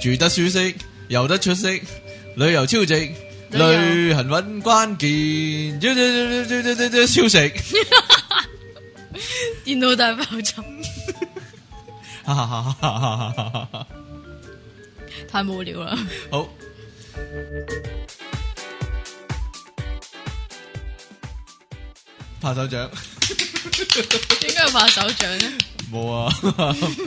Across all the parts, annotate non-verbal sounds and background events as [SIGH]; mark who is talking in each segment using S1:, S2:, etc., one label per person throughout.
S1: 住得舒適，游得出色，旅遊超值，
S2: 遊
S1: 旅行揾關鍵，超食，
S2: 電腦大爆炸，
S1: [LAUGHS] 哈哈哈哈哈哈哈
S2: 太無聊啦。
S1: 好。拍手掌，
S2: 點解要拍手掌咧？
S1: 冇啊！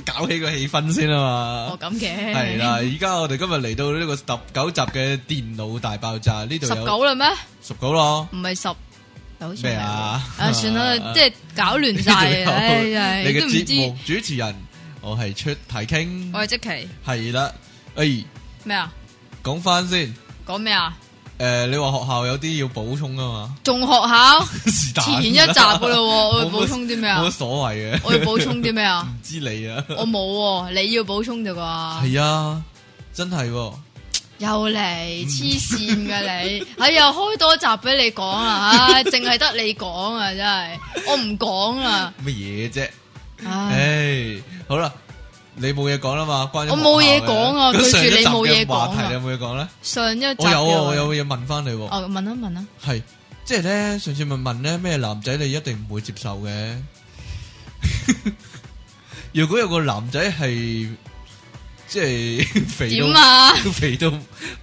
S1: 搞起個氣氛先啊嘛。
S2: 哦，咁嘅
S1: 係啦，，而家我哋今日嚟到呢個十九集嘅電腦大爆炸呢度
S2: 十
S1: 有
S2: 九啦咩？
S1: 十九咯，
S2: 唔係十，好似係
S1: 咩啊 [LAUGHS]
S2: 啊，算啦，即係搞亂晒
S1: 呢度有
S2: 啊！唉，
S1: 你
S2: 真係
S1: 嘅
S2: 都唔
S1: 節目
S2: 知。
S1: 主持人，我係出題
S2: 我係
S1: 傾，
S2: 即奇
S1: 係啦，誒，
S2: 咩啊？
S1: 講翻先，
S2: 講咩啊？
S1: 誒，你話學校有啲要補充啊嘛， [LAUGHS]
S2: 仲學校
S1: 是但
S2: 前一
S1: [LAUGHS]
S2: 集噶啦，我要
S1: 冇乜
S2: 補充啲咩
S1: 冇乜
S2: 啊？
S1: 所謂嘅，
S2: 我
S1: [LAUGHS]
S2: 要補充啲咩啊？
S1: 唔知你啊，
S2: 我冇喎，你要補充咋啩？
S1: 係啊，真係喎，
S2: 又嚟黐線噶
S1: 嗯
S2: 你， [LAUGHS] 哎呀開多集俾你講啦，唉，淨係得你講啊，真係我唔講啦，
S1: 乜嘢啫？
S2: 唉，
S1: 唉，好啦，你冇嘢講啦嘛，關於
S2: 我冇嘢
S1: 學校嘅
S2: 講啊
S1: 咁
S2: 對住
S1: 上一
S2: 你
S1: 集
S2: 冇嘢
S1: 嘅話
S2: 講啊
S1: 題你有冇嘢講咧？
S2: 上一集
S1: 我有啊，
S2: 嘅
S1: 我有嘢問翻你喎。
S2: 哦問一問啊，
S1: 系，即系咧，上次咪問咧咩男仔你一定唔會接受嘅。 [LAUGHS] 如果有個男仔係即係 [LAUGHS] 肥
S2: 點
S1: 到、
S2: 啊？ [LAUGHS]
S1: 肥到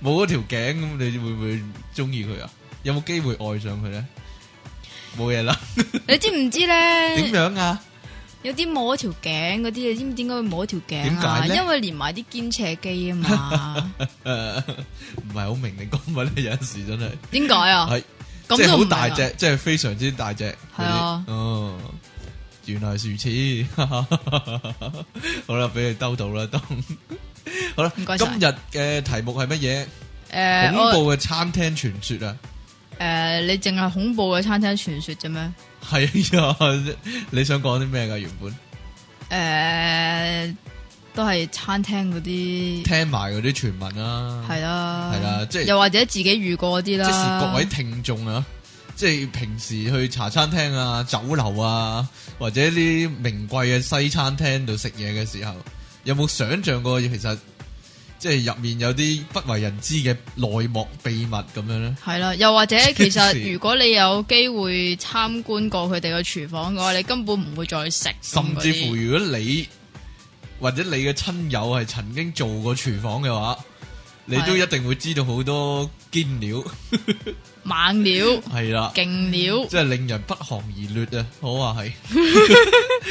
S1: 冇嗰條頸咁，你會唔會中意佢啊？有冇機會愛上佢咧？冇嘢啦，
S2: 你知唔知
S1: 點
S2: 咧？
S1: 樣啊？ [LAUGHS]
S2: 有啲摸條頸嗰啲，你知唔知點解會摸條頸
S1: 點
S2: 啊？
S1: 解咧
S2: 因為連埋啲肩斜肌啊嘛。
S1: 诶，唔係好明你講乜咧，有阵时真係
S2: 點解啊？
S1: 係
S2: 咁
S1: 即係
S2: 都
S1: 好
S2: 唔明
S1: 大
S2: 啊
S1: 隻，即係非常之大隻。
S2: 係啊
S1: 嗰啲哦，原來是如此。 [LAUGHS] 好啦，俾你兜到啦，當 [LAUGHS] 好啦。
S2: 唔該
S1: 今
S2: 晒
S1: 日嘅題目係乜嘢？
S2: 誒，
S1: 恐
S2: 我
S1: 怖嘅餐廳傳說啊！
S2: 誒，你淨係恐怖嘅餐廳傳說啫咩？
S1: 係啊，你想講啲咩噶？原本
S2: 誒，都係餐廳嗰啲
S1: 聽埋嗰啲傳聞啦，
S2: 係啊啦，
S1: 係啦即係
S2: 又或者自己遇過嗰啲
S1: 即
S2: 啦。
S1: 是各位聽眾啊，即係平時去茶餐廳啊、酒樓啊，或者啲名貴嘅西餐廳度食嘢嘅時候，有冇想象過其實即係入面有啲不為人知嘅內幕秘密咁樣咧？
S2: 係啦，又或者其
S1: 黐線
S2: 實如果你有機會參觀過佢哋嘅廚房嘅話，你根本唔會再食咁
S1: 甚
S2: 嗰啲，
S1: 至乎如果你或者你嘅親友係曾經做過廚房嘅話，你都
S2: 係
S1: 一定會知道好多堅料，
S2: 猛料、
S1: 係啦。
S2: 勁料。
S1: 真系令人不寒而栗啊！我话
S2: [LAUGHS]
S1: 系，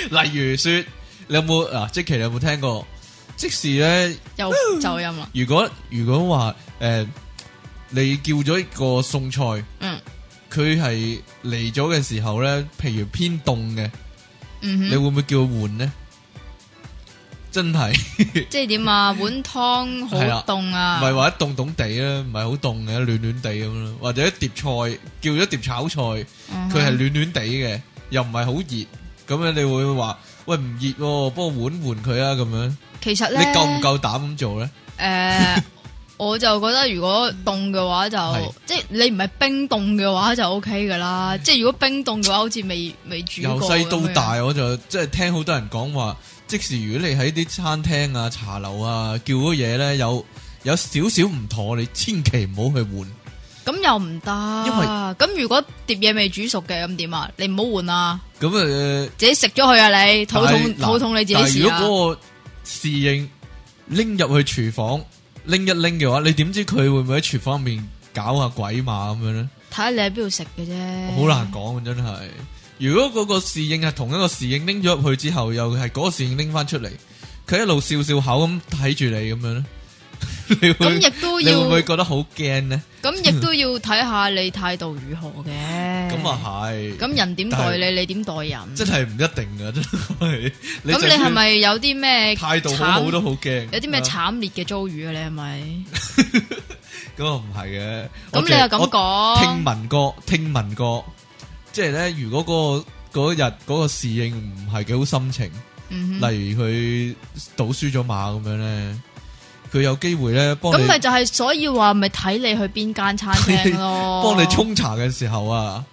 S1: 例如说，你有冇嗱？即其你有冇听过？即时咧，
S2: 又走音啦。
S1: 如果如果话诶、呃你叫咗一个餸菜，
S2: 嗯
S1: 佢系嚟咗嘅时候咧，譬如偏凍嘅，
S2: 嗯
S1: 你會
S2: 哼，
S1: 唔會叫佢換呢？真係
S2: 即系点啊？碗湯好
S1: 係啦
S2: 凍
S1: 唔
S2: 啊，
S1: 係話一凍凍地咧，唔係好凍嘅，暖暖地咁咯，或者一碟菜叫咗碟炒菜。
S2: 嗯
S1: 佢
S2: 哼
S1: 係暖暖地嘅，又唔係好熱，咁樣你會話喂唔熱喎，幫我換換佢啊咁樣，
S2: 其實咧，
S1: 你夠唔夠膽咁做咧？ [LAUGHS]
S2: 诶、我就覺得如果凍嘅話
S1: 係
S2: 就，即系你唔係冰凍嘅話就 O K 噶啦。即系如果冰凍嘅話，好似未未煮
S1: 由
S2: 過
S1: 細到
S2: 咁樣，
S1: 大我就即係聽好多人講話，即使如果你喺啲餐廳啊、茶樓啊叫嗰嘢咧，有有少少唔妥，你千祈唔好去換。
S2: 咁又唔得。
S1: 因為
S2: 咁如果碟嘢未煮熟嘅，咁點啊？你唔好換啊，
S1: 咁誒，
S2: 自己食咗佢啊！你肚
S1: 但係
S2: 痛
S1: 嗱
S2: 肚痛你自
S1: 但係
S2: 己食啊
S1: 如！果嗰個侍應拎入去廚房拎一拎嘅話，你點知佢會唔會喺廚房入面搞下鬼馬咁樣咧？
S2: 睇下你喺邊度食嘅啫。
S1: 好難講真係。如果嗰個侍應係同一個侍應拎咗入去之後，又係嗰個侍應拎翻出嚟，佢一路笑笑口咁睇住你咁樣咧， [LAUGHS] 你會
S2: 咁亦都
S1: 你會唔
S2: 要
S1: 會。覺得好驚呢？
S2: 咁亦都要睇下你態度如何嘅。
S1: [LAUGHS] 咁，啊係，
S2: 咁人點待你，你點待人？
S1: 真係唔一定噶，真係。 [LAUGHS]
S2: 咁
S1: 就
S2: 你係
S1: 算
S2: 咪有啲咩
S1: 態度好
S2: 慘
S1: 好都好驚？
S2: 有啲咩
S1: 啊
S2: 慘烈嘅遭遇啊？你係咪？
S1: 咁啊唔係嘅。我
S2: 咁
S1: 淨
S2: 你又咁
S1: 我聽
S2: 講？
S1: 聞過，聽聞過，即係咧，如果嗰個嗰日嗰個侍應唔係幾好心情。
S2: 嗯哼
S1: 例如佢賭輸咗馬咁樣咧，佢有機會咧幫
S2: 咁
S1: 你
S2: 咪就係所以話咪睇你去邊間餐廳
S1: [LAUGHS]
S2: 咯。
S1: 幫你沖茶嘅時
S2: [LAUGHS]
S1: 候啊，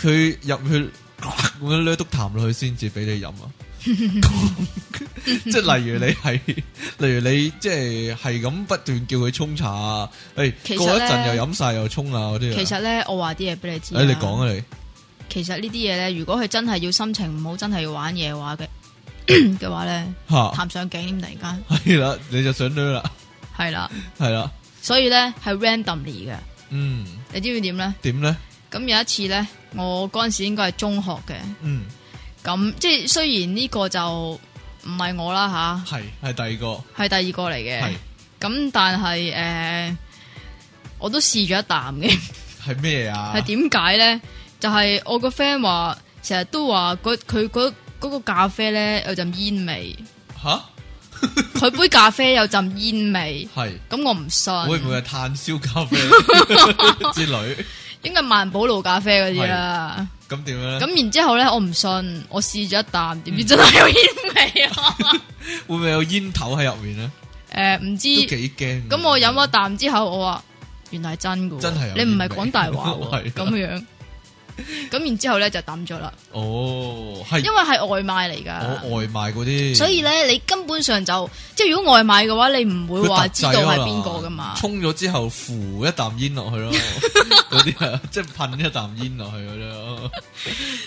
S1: 佢入去咁樣掠督痰落去先至俾你飲啊，即系例如你係，例如你即係係咁不斷叫佢沖茶啊，诶、
S2: 其實
S1: 過一陣
S2: 呢
S1: 又飲晒又沖啊嗰啲啊。
S2: 其實咧，我話啲嘢俾你知。
S1: 誒，你講。啊你，
S2: 其實呢啲嘢咧，如果佢真係要心情唔好，真係要玩嘢嘅
S1: [COUGHS]
S2: 話嘅 [COUGHS] 嘅話咧，
S1: 吓
S2: 談上景突然間
S1: 係啦，你就想女啦，
S2: 係啦，
S1: 係啦，
S2: 所以咧係 randomly 嘅。
S1: 嗯，
S2: 你知唔知點咧？
S1: 點咧？
S2: 咁有一次咧，我嗰阵时应该系中學嘅，
S1: 嗯，
S2: 咁即係雖然呢個就唔係我啦
S1: 係係第二個，
S2: 吓，係第二個嚟
S1: 係
S2: 嘅。咁但係诶、呃我都試咗一啖嘅。
S1: 係咩啊？
S2: 係點解咧？就係我個 friend 話，成日都話嗰佢嗰嗰個咖啡咧有陣煙味，
S1: 吓
S2: 佢杯咖啡有陣煙味，
S1: 係
S2: 咁我唔信。
S1: 會唔會係炭燒咖
S2: [LAUGHS]
S1: 啡之類？
S2: 應該萬寶路咖啡嗰啲啦。
S1: 咁點樣咧？
S2: 咁然之後咧，我唔信，我試咗一啖，點
S1: 嗯
S2: 知真係有煙
S1: [LAUGHS]
S2: 味啊！
S1: 會唔會有煙頭喺入面咧？
S2: 誒唔知
S1: 都幾驚。
S2: 咁我飲咗啖之後，我話原來係真嘅喎，
S1: 真係有
S2: 你唔係
S1: 煙味
S2: 講大話
S1: [LAUGHS] 係啊
S2: 喎，咁樣。咁然之後咧就抌咗啦，
S1: 哦，係
S2: 因為係外賣嚟㗎。
S1: 我外賣嗰啲，
S2: 所以咧，你根本上就即系如果外賣嘅話，你唔會話知道係邊個噶嘛？
S1: 冲咗之後扶一啖煙落去
S2: [LAUGHS]
S1: 咯，嗰啲啊，即係噴一啖煙落去嗰啲咯，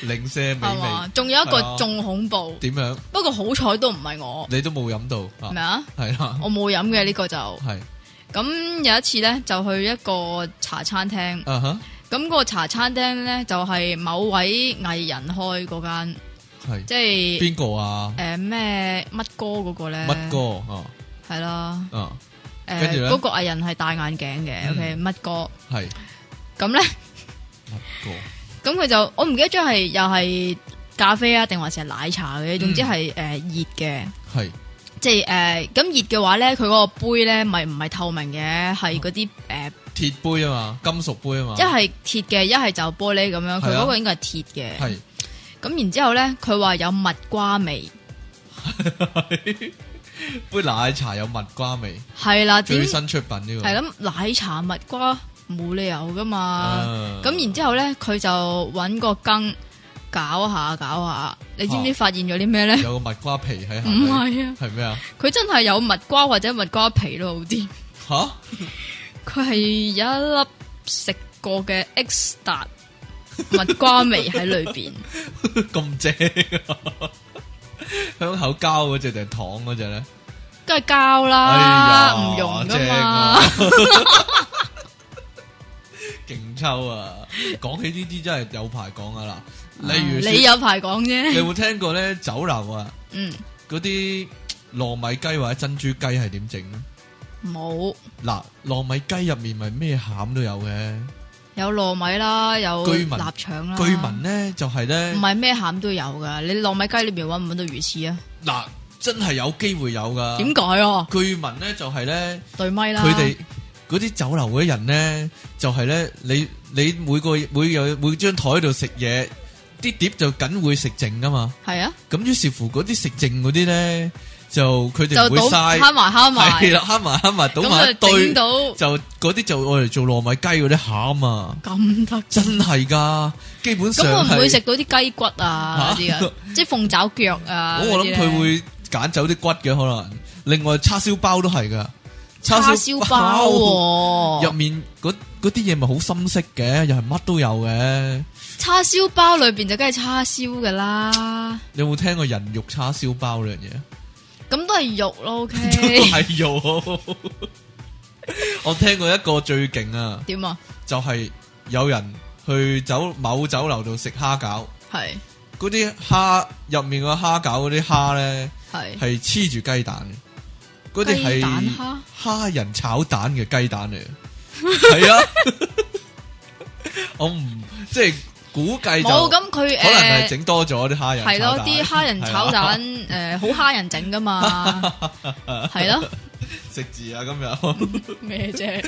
S1: 零舍美
S2: 係嘛
S1: 味。？
S2: 仲有一
S1: 係啊
S2: 個仲恐怖，
S1: 點樣？
S2: 不過好彩都唔係我，
S1: 你都冇飲到啊？
S2: 咩啊？
S1: 係啦，
S2: 我冇飲嘅呢個就
S1: 係
S2: 咁有一次咧，就去一個茶餐廳，
S1: 啊哈，
S2: 咁嗰個茶餐廳咧就係某位藝人開嗰間，
S1: 係
S2: 即係
S1: 邊個啊？
S2: 诶咩乜歌嗰個咧？
S1: 乜歌啊？
S2: 系啦，
S1: 啊，跟住
S2: 诶
S1: 咧
S2: 嗰個藝人係戴眼鏡嘅
S1: 嗯
S2: ，OK 乜歌
S1: 係
S2: 咁咧？
S1: 乜歌？
S2: 咁佢就我唔記得咗係又係咖啡啊，定還是係奶茶
S1: 嗯
S2: 嘅，總之係诶熱嘅，
S1: 係
S2: 即係诶咁熱嘅話咧，佢嗰個杯咧咪唔係透明嘅，係
S1: 哦
S2: 嗰啲诶
S1: 鐵杯啊嘛，金屬杯啊嘛
S2: 一，係鐵嘅，一係就玻璃咁樣，
S1: 係
S2: 佢
S1: 啊
S2: 嗰個應該係鐵嘅。
S1: 係
S2: 咁然之后咧，佢話有蜜瓜味，
S1: 杯奶茶有蜜瓜味，
S2: 係啦，點
S1: 最
S2: 係
S1: 新出品呢個。
S2: 咁奶茶蜜瓜冇理由噶嘛。
S1: 啊
S2: 咁然之后咧，佢就揾個羹搞下搞下，你知唔知
S1: 啊
S2: 發現咗啲咩咧？
S1: 有個蜜瓜皮喺下
S2: 唔
S1: 底，
S2: 係啊。
S1: 係咩啊？
S2: 佢真係有蜜瓜或者蜜瓜皮咯，好啲。
S1: 吓？ [LAUGHS]
S2: 佢係有一粒食過嘅 X 達 [LAUGHS] 蜜瓜味喺裏边，
S1: 咁正啊香口膠嗰只定係糖嗰只咧？
S2: 梗係膠
S1: 哎
S2: 啦，
S1: 呀
S2: 唔、溶噶
S1: 正
S2: 嘛
S1: 啊。
S2: [LAUGHS]
S1: 勁抽啊！講起呢啲真係有排講噶啦，例如
S2: 你有排講
S1: 你
S2: 啫，
S1: 有冇聽過咧酒樓啊
S2: 嗯，
S1: 嗰啲糯米雞或者珍珠雞係點整咧？
S2: 冇
S1: 嗱，糯米雞入面咪咩餡都有嘅，
S2: 有糯米啦，有
S1: 居民
S2: 臘腸啦，
S1: 據聞咧就係咧
S2: 唔係咩餡都有噶。你糯米雞裏边搵唔搵到魚翅啊？
S1: 嗱，真係有機會有噶。
S2: 點解啊？
S1: 據聞咧就係咧。
S2: 對咪啦，
S1: 佢哋嗰啲酒樓嗰啲人咧，就係咧，你你每個每有每張台度食嘢，啲碟就梗會食剩噶嘛。
S2: 係啊，
S1: 咁於是乎嗰啲食剩嗰啲咧，就佢哋
S2: 就
S1: 唔會
S2: 倒
S1: 嘥
S2: 慳，埋慳埋，
S1: 係啦，慳埋慳埋，倒埋一
S2: 咁就整
S1: 堆，
S2: 到
S1: 就嗰啲就我嚟做糯米雞嗰啲餡啊，
S2: 咁得
S1: 真係噶，基本上
S2: 咁會唔會
S1: 係
S2: 食到啲雞骨啊嗰啲
S1: 嚇
S2: 啊？即係鳳爪腳啊？
S1: [LAUGHS] 我我
S2: 嗰
S1: 諗
S2: 啲呢
S1: 佢會揀走啲骨嘅可能，另外叉燒包都係噶，
S2: 叉燒包
S1: 入
S2: 喎，
S1: 面嗰嗰啲嘢咪好深色嘅，又係乜都有嘅。
S2: 叉燒包裏边就梗係叉燒噶啦，
S1: [LAUGHS] 你有冇聽過人肉叉燒包呢樣嘢？
S2: 咁都係肉咯，OK？
S1: 都 [LAUGHS] 係肉。我聽過一個最勁啊，
S2: 點啊？
S1: 就係有人去酒某酒樓度食蝦餃，
S2: 係
S1: 嗰啲蝦入面個蝦餃嗰啲蝦咧
S2: 係
S1: 係黐住雞蛋嘅，嗰啲
S2: 雞蛋
S1: 係
S2: 蝦
S1: 蝦人炒蛋嘅雞蛋嚟
S2: [LAUGHS]
S1: 嘅，係啊， [LAUGHS] 我唔即係估計就
S2: 冇咁佢
S1: 可能係
S2: 诶
S1: 整多咗啲蝦仁炒
S2: 係
S1: 蛋，
S2: 咯，啲蝦仁炒
S1: 係啊
S2: 蛋诶好蝦人整噶嘛，係咯
S1: [LAUGHS] 食字啊！今日 [LAUGHS] 好
S2: [LAUGHS] 咩啫？
S1: 嘢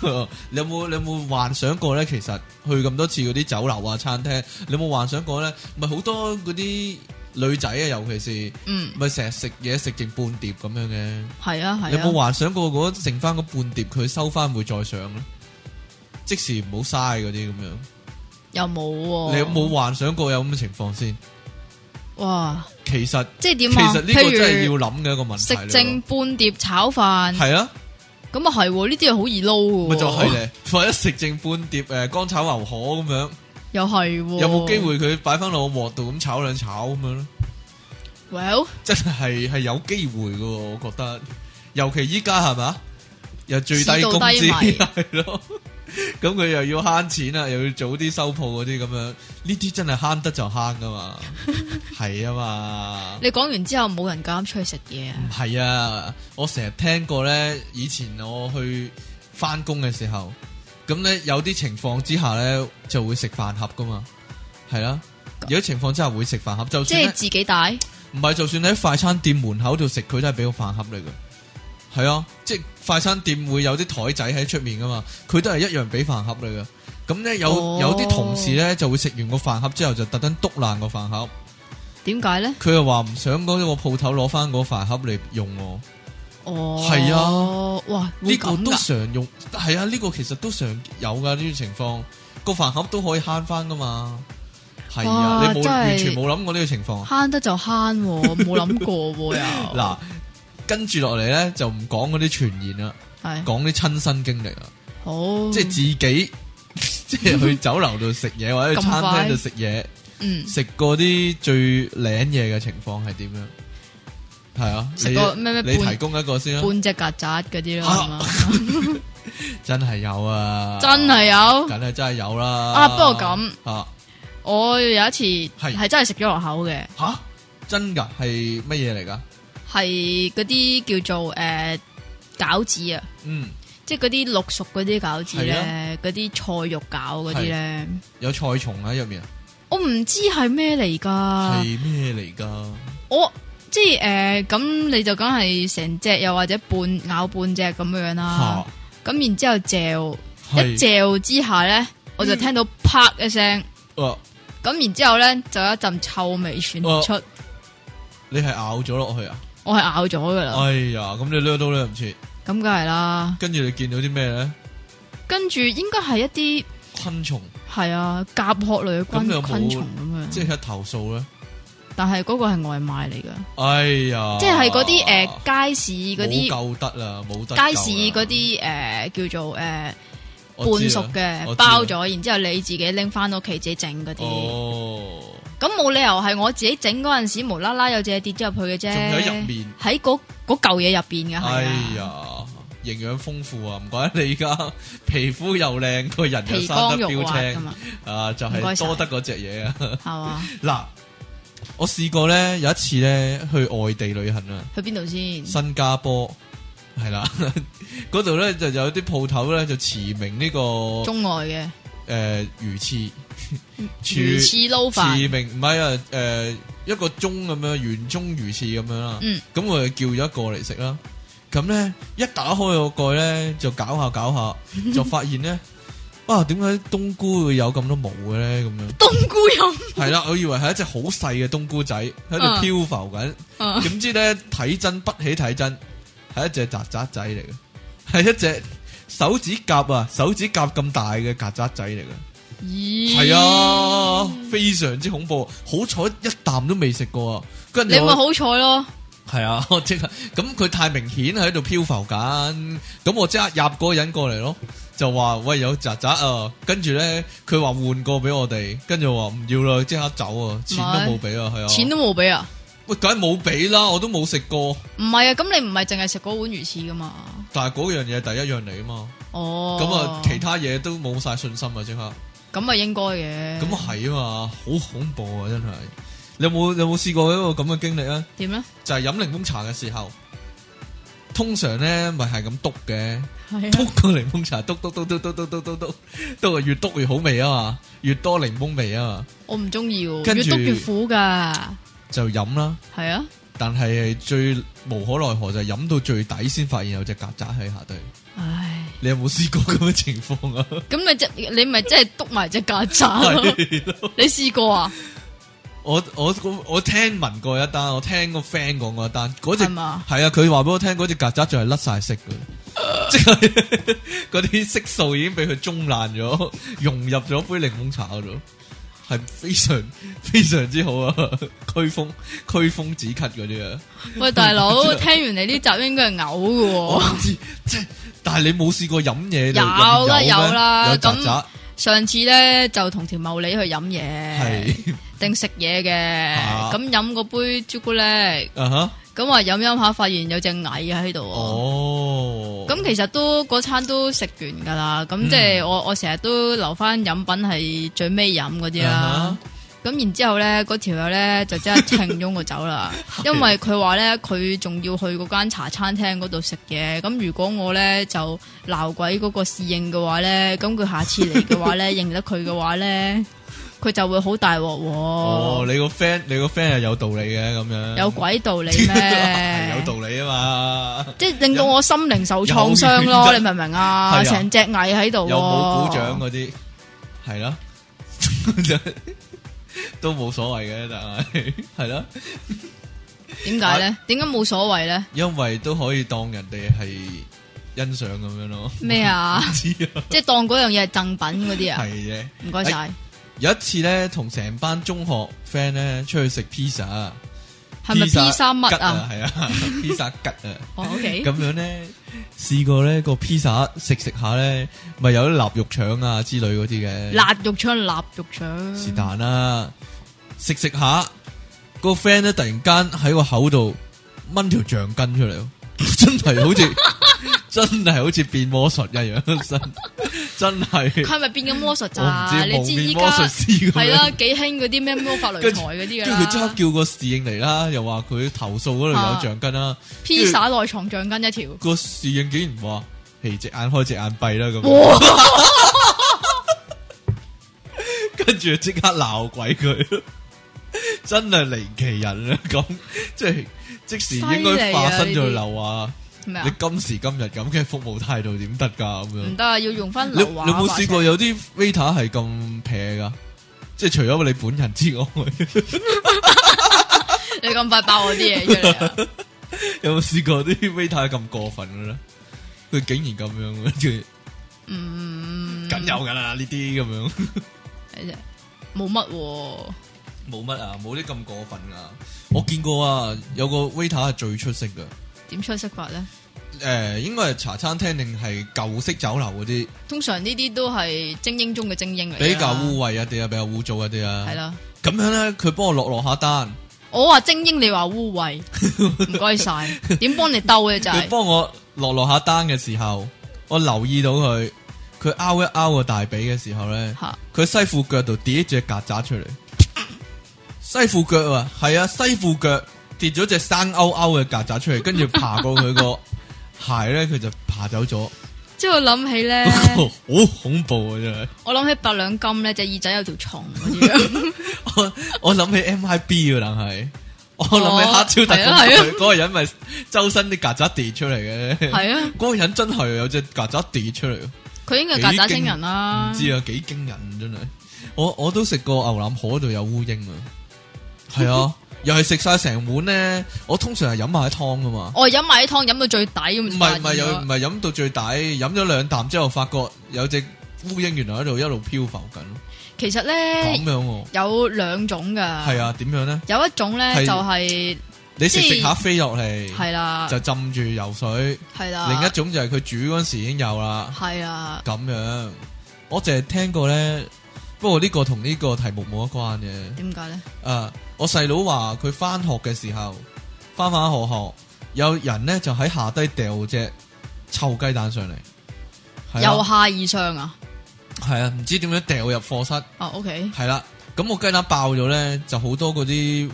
S1: 喎！你有冇你有冇幻想過咧？其實去咁多次嗰啲酒樓啊、餐廳，你有冇幻想過咧？咪好多嗰啲女仔啊，尤其是
S2: 嗯，
S1: 咪成日食嘢食剩半碟咁樣嘅。
S2: 係啊
S1: 你
S2: 係
S1: 有冇
S2: 啊，
S1: 幻想過嗰剩翻嗰半碟佢收翻會再上咧？即時唔好嘥嗰啲咁樣。
S2: 又冇喎。
S1: 你有冇幻想過有咁嘅情況先？
S2: 哇！
S1: 其實
S2: 即
S1: 其
S2: 系点啊？
S1: 實呢個真係
S2: 譬
S1: 要
S2: 如
S1: 諗嘅一個問題
S2: 食
S1: 嚟喎。
S2: 剩半碟炒飯，
S1: 係啊，
S2: 咁啊係喎，呢啲係好易撈嘅喎。
S1: 咪就係咧， [LAUGHS] 或者食剩半碟誒乾炒牛河咁樣，
S2: 又係喎。
S1: 有冇機會佢擺翻落個鑊度咁炒兩炒咁樣咧？
S2: ？Well，
S1: 真係係有機會嘅喎，我覺得，尤其依家係咪啊？又最低工
S2: 市道低迷
S1: 資係咯，咁佢又要慳錢啦，又要早啲收鋪嗰啲咁樣，呢啲真係慳得就慳噶嘛，係啊嘛，
S2: [LAUGHS] 你講完之後冇人敢出去食嘢啊
S1: 唔？係啊，我成日聽過咧，以前我去翻工嘅時候，咁咧有啲情況之下咧就會食飯盒噶嘛，係啦、有啲情況之下會食飯盒，就
S2: 即
S1: 算
S2: 係
S1: 呢
S2: 自己帶，
S1: 唔係，就算你喺快餐店門口度食，佢都係俾個飯盒嚟嘅。係啊，即係快餐店會有啲台仔喺出面噶嘛，佢都係一樣俾飯盒嚟嘅。咁咧有、
S2: 哦
S1: 有啲同事咧就會食完個飯盒之後就特登篤爛個飯盒，
S2: 點解咧？
S1: 佢又話唔想嗰個鋪頭攞翻嗰飯盒嚟用喎。
S2: 哦，
S1: 係
S2: 啊，哇，
S1: 呢
S2: 個
S1: 個都常用，係啊，呢、個其實都常有噶呢種情況，個飯盒都可以慳翻噶嘛。係啊，
S2: 哇
S1: 你冇
S2: 真係
S1: 完全冇諗過呢個情況。
S2: 慳得就慳喎，冇諗過喎
S1: [LAUGHS]
S2: 又。
S1: 嗱，跟住落嚟咧就唔講嗰啲傳言啦。
S2: 係
S1: 講啲親身經歷啊，
S2: 好，
S1: 即係自己 [LAUGHS] 即係去酒樓度食嘢或者去餐
S2: 咁
S1: 廳
S2: 快
S1: 度食嘢，
S2: 嗯
S1: 食過啲最靚嘢嘅情況係點樣？係啊，
S2: 食過咩咩
S1: 你你
S2: 半
S1: 提供一個先啊啦，
S2: 半隻曱甴嗰啲咯
S1: 啊
S2: 係嘛，
S1: 真係有啊，
S2: 真係
S1: [LAUGHS]
S2: 有。
S1: 梗係真係有啦。
S2: 啊不過咁
S1: 啊
S2: 我有一次係真係食咗落口嘅，
S1: 吓真㗎係乜嘢嚟㗎？
S2: 係嗰啲叫做誒餃子啊。
S1: 嗯，
S2: 即係嗰啲綠熟嗰啲餃子
S1: 係啊
S2: 咧，嗰啲菜肉餃嗰啲咧，
S1: 有菜蟲喺入面啊，
S2: 我唔知係咩嚟噶。
S1: 係咩嚟㗎？
S2: 我即係诶，咁、你就梗係成隻又或者半咬半隻咁樣啦
S1: 嚇。
S2: 咁然之後嚼啊一
S1: 係嗯
S2: 嚼之下咧，我就聽到啪一聲，
S1: 啊
S2: 咁然之後咧就有一陣臭味傳
S1: 哦
S2: 出，
S1: 你係咬咗落去啊？
S2: 我係咬咗噶啦，
S1: 哎呀，咁你掠都掠唔切，
S2: 咁梗係啦。
S1: 跟住你見到啲咩咧？
S2: 跟住應該係一啲
S1: 昆蟲。
S2: 係啊甲殼類嘅
S1: 咁你有
S2: 昆
S1: 冇
S2: 昆蟲咁樣，
S1: 即係投訴咧。
S2: 但係嗰個係外賣嚟噶。
S1: 哎呀，
S2: 即係嗰啲呃誒街市嗰
S1: 冇
S2: 啲
S1: 救啊得啦，冇得救啦
S2: 街市嗰啲誒叫做誒、呃
S1: 我知啊
S2: 半
S1: 啦
S2: 熟
S1: 我
S2: 嘅
S1: 知啦
S2: 包咗，然之後你自己拎翻屋企自己整嗰啲，
S1: 哦，
S2: 咁冇、理由係我自己整嗰陣時無啦啦有隻跌咗入去嘅啫，
S1: 仲喺入面
S2: 喺嗰嗰嚿嘢入邊嘅
S1: 哎
S2: 係啊，
S1: 呀，營養豐富啊，唔怪得你而家 [LAUGHS] 皮膚又靚，個人又
S2: 皮
S1: 生
S2: 光
S1: 得
S2: 肉
S1: 標
S2: 滑噶
S1: 青
S2: 嘛，
S1: 啊，就
S2: 唔該
S1: 係
S2: 晒
S1: 多得嗰隻嘢啊。 [LAUGHS]
S2: 係嘛？
S1: 嗱，我試過咧，有一次咧去外地旅行啊，
S2: 去邊度先？
S1: 新加坡係啦， [LAUGHS] 嗰度咧就有啲鋪頭咧就馳名呢個
S2: 中嗯外嘅
S1: 誒魚翅。 [LAUGHS]
S2: 魚翅撈
S1: 翅
S2: 飯，
S1: 名唔係啊，誒、一個鐘咁樣，圓鐘魚翅咁樣啦。
S2: 嗯，
S1: 咁我就叫咗一個嚟食啦。咁咧一打開個蓋咧，就搞下搞
S2: [LAUGHS]
S1: 下，就發現咧，啊點解冬菇會有咁多毛嘅咧？咁樣
S2: 冬菇
S1: [LAUGHS]
S2: 飲 [LAUGHS]
S1: 係啦，我以為係一隻好細嘅冬菇仔喺度漂
S2: 啊
S1: 浮
S2: [LAUGHS]
S1: 緊，
S2: 啊
S1: 點知咧睇真不起睇真，係一隻曱甴仔嚟嘅，係一隻手指甲啊手指甲咁大嘅曱甴仔嚟嘅。
S2: 咦？
S1: 系啊，非常之恐怖。好彩一啖都未食過啊！跟住
S2: 你咪
S1: 我
S2: 好彩咯，
S1: 係啊，我即刻咁佢太明顯喺度漂浮緊，咁我即刻入嗰個人過嚟咯，就話喂有曱甴啊！跟住咧佢話換個俾我哋，跟住我話唔要啦，即刻走啊，錢都冇俾啊，係啊，
S2: 錢都冇俾啊！
S1: 喂梗係冇俾啦，我都冇食過，
S2: 唔係啊，咁你唔係淨係食嗰碗魚翅噶嘛？
S1: 但係嗰樣嘢係第一樣嚟啊嘛，
S2: 哦，
S1: 咁啊其他嘢都冇晒信心啊，即刻。
S2: 咁啊應該嘅。
S1: 咁啊係啊嘛，好恐怖啊真係！你有冇你有冇試過一個咁嘅經歷啊？
S2: 點咧？
S1: 就係飲檸檬茶嘅時候，通常咧咪係咁篤嘅，
S2: 係
S1: 篤
S2: 啊，
S1: 個檸檬茶，篤篤篤篤篤篤篤篤篤，篤越篤越好味啊嘛，越多檸檬味啊嘛，
S2: 我唔中意喎，
S1: 跟
S2: 越
S1: 住
S2: 篤越苦噶，
S1: 就飲啦。
S2: 係啊，
S1: 但係最無可奈何就係飲到最底先發現有隻曱甴喺下底。
S2: 唉，
S1: 你有冇試過咁嘅情況啊？
S2: [LAUGHS] 咁咪即你咪即係篤埋只曱甴咯？
S1: [LAUGHS] 係啊咯
S2: 你試
S1: [LAUGHS]
S2: 過啊？
S1: 我我我聽聞過一單，我聽個 friend 講過一單，嗰隻
S2: 係嘛
S1: 係啊，佢話俾我聽嗰隻曱甴仲係甩晒
S2: [LAUGHS]
S1: 色嘅，即 [LAUGHS] 係 [LAUGHS] 嗰啲色素已經俾佢中爛咗，融入咗杯檸檬茶嗰度，系非常非常之好啊！ [LAUGHS] 驱风驱风止咳嗰啲啊，
S2: 喂，大佬，聽完你呢集應該係嘔嘅
S1: 我
S2: 喎。
S1: 唔知即系，但系你冇试过饮嘢嚟
S2: 有
S1: 飲
S2: 啦
S1: 酒咩
S2: 有啦
S1: 有
S2: 咁
S1: 曱甴
S2: 上次咧就同條茂利去飲嘢，
S1: 系
S2: 定食嘢嘅，
S1: 啊
S2: 咁飲嗰杯朱古力，
S1: [LAUGHS] 啊吓，
S2: 咁話飲飲下發現有隻蟻喺度喎。
S1: 哦，
S2: 咁其實都嗰餐都食完噶啦，咁
S1: 嗯
S2: 即係我我成日都留翻飲品係最尾飲嗰啲
S1: 啊
S2: 啦。咁然之後咧，嗰條友咧就真係停咗我走
S1: [LAUGHS]
S2: 啦，因為佢話咧佢仲要去嗰間茶餐廳嗰度食嘢。咁如果我咧就鬧鬼嗰個侍應嘅話咧，咁佢下次嚟嘅話咧認得佢嘅話咧，佢就會好大鑊
S1: 哦，
S2: 喎。
S1: 你個 friend 你個 friend 係有道理嘅咁樣，
S2: 有鬼道理
S1: 係 [LAUGHS]
S2: 咩？
S1: 有道理啊嘛，
S2: 即係令到我心靈受創傷咯，
S1: 有
S2: 你明唔明
S1: 係啊
S2: 啊？成隻蟻喺度喎，
S1: 有冇鼓掌啊嗰啲係 [LAUGHS] 啦，都冇所謂嘅，但係係啦，
S2: 點解
S1: 啊
S2: 咧？點解冇所謂咧？
S1: 因為都可以當人哋係欣賞咁樣咯，
S2: 咩啊？
S1: [LAUGHS] 唔知啊，
S2: 即係當嗰樣嘢係贈品嗰啲啊
S1: 係？嘅。
S2: 唔該晒，
S1: 有一次咧，同成班中學 friend 咧出去食 pizza，
S2: 係咪 P 三乜
S1: 吉
S2: 啊？？
S1: 係啊 à? [LAUGHS] ，pizza à. 吉啊。
S2: 哦，OK，
S1: 咁樣咧，試過咧個披薩食食下咧，咪有啲臘肉腸啊之類嗰啲嘅，
S2: 辣肉腸，臘肉腸，
S1: 是但啦。食食下，個 friend 咧突然間喺個口度掹條橡筋出嚟喎， [LAUGHS] 真係好似 [LAUGHS] 真係好似變魔術一樣，真 [LAUGHS] 真
S2: 佢
S1: 係
S2: 係咪變緊魔術
S1: 我唔
S2: 咋？
S1: 知
S2: 你
S1: 蒙
S2: 知
S1: 面
S2: 依
S1: 魔
S2: 家
S1: 術師咁
S2: 係啦，
S1: 樣。
S2: 幾興嗰啲咩魔法擂台嗰
S1: 跟
S2: 啲噶
S1: 住佢即刻
S2: 啦
S1: 叫個侍應嚟啦，又話佢投訴嗰度有
S2: 啊
S1: 橡筋啦，
S2: 披薩內藏橡筋一條，
S1: 個侍應竟然話：，嘿，隻眼開隻眼閉啦咁樣。
S2: 哇！
S1: 跟住即刻鬧鬼佢， [LAUGHS] 真係離奇人啊！咁即係即時應該化身咗去樓啊！
S2: 咩
S1: 你
S2: 啊？
S1: 今時今日咁嘅服務態度點得㗎？咁樣
S2: 唔得啊，要用翻
S1: 你
S2: 劉
S1: 你有
S2: 華
S1: 冇
S2: 把
S1: 試過
S2: 聲
S1: 有啲 waiter 係咁撇㗎？即係除咗你本人之外， [LAUGHS]
S2: 你咁快爆我啲嘢出
S1: [LAUGHS]
S2: 嚟啊？
S1: 有冇試過啲 waiter 咁過分嘅咧？佢竟然咁樣，跟住
S2: 嗯，
S1: 梗有㗎啦呢啲咁樣。
S2: 冇乜喎，
S1: 冇乜啊，冇啲咁過分啊！我見過啊，有個 waiter 係最出色嘅，
S2: 點出色法咧？
S1: 誒、應該係茶餐廳定係舊式酒樓嗰啲，
S2: 通常呢啲都係精英中嘅精英嚟㗎啦，
S1: 比較污衊一啲啊，比較污糟一啲啊。
S2: 啊係，啦。
S1: 咁樣咧，佢幫我落落下單，
S2: 我話精英，你話污衊，
S1: [LAUGHS]
S2: 唔該晒。點幫你兜嘅就
S1: 佢
S2: 係
S1: 幫我落落下單嘅時候，我留意到佢，佢拗一拗個大髀嘅時候咧，
S2: 吓
S1: 佢西褲腳度跌一隻曱甴出嚟，西褲腳啊，係啊，西褲腳跌咗隻生勾勾嘅曱甴出嚟，跟住爬過佢個鞋咧，佢就爬走咗。
S2: 即係我諗
S1: [LAUGHS]
S2: 起咧，
S1: 哦好恐怖啊！真係，
S2: 我諗起八兩金咧隻耳仔有條蟲嗰
S1: [LAUGHS]
S2: 啲
S1: 啊
S2: 樣，
S1: 我 [LAUGHS] 我諗起 MIB 啊，但係我諗起黑超特
S2: 哦係啊係啊
S1: 工隊嗰個人咪周身啲曱甴跌出嚟嘅，
S2: 係啊，
S1: 嗰個人真係有隻曱甴跌出嚟，唔
S2: 佢應該係曱甴星人啦。
S1: 知啊幾驚人真係。我我都食過牛腩河度有烏蠅啊，係
S2: [LAUGHS]
S1: 啊，又係食晒成碗咧。我通常係飲埋啲湯噶嘛，
S2: 我飲埋啲湯飲到最底咁
S1: 唔
S2: 就發
S1: 係
S2: 現
S1: 唔係有
S2: 咗
S1: 唔係飲到最底，飲咗兩啖之後發覺有隻烏蠅原來喺度一路漂浮緊，
S2: 其實
S1: 咁
S2: 咧
S1: 樣喎。
S2: 有兩種㗎，
S1: 係啊，點樣咧？
S2: 有一種咧
S1: 係
S2: 就係
S1: 你食
S2: 即係
S1: 食下飛落嚟，
S2: 係啦
S1: 就浸住游水。
S2: 係啦，
S1: 另一種就係佢煮嗰陣時已經有啦，
S2: 係啊啦，
S1: 咁樣。我淨係聽過咧，不過呢個同呢個題目冇乜關嘅。
S2: 點解咧？
S1: 啊，我細佬話佢翻學嘅時候，翻返學學，有人咧就喺下低掉隻臭雞蛋上嚟，係
S2: 由
S1: 啊，
S2: 下而上啊？
S1: 係啊，唔知點樣掉入課室。
S2: 哦，OK，
S1: 系啦，咁我雞蛋爆咗咧，就好多嗰啲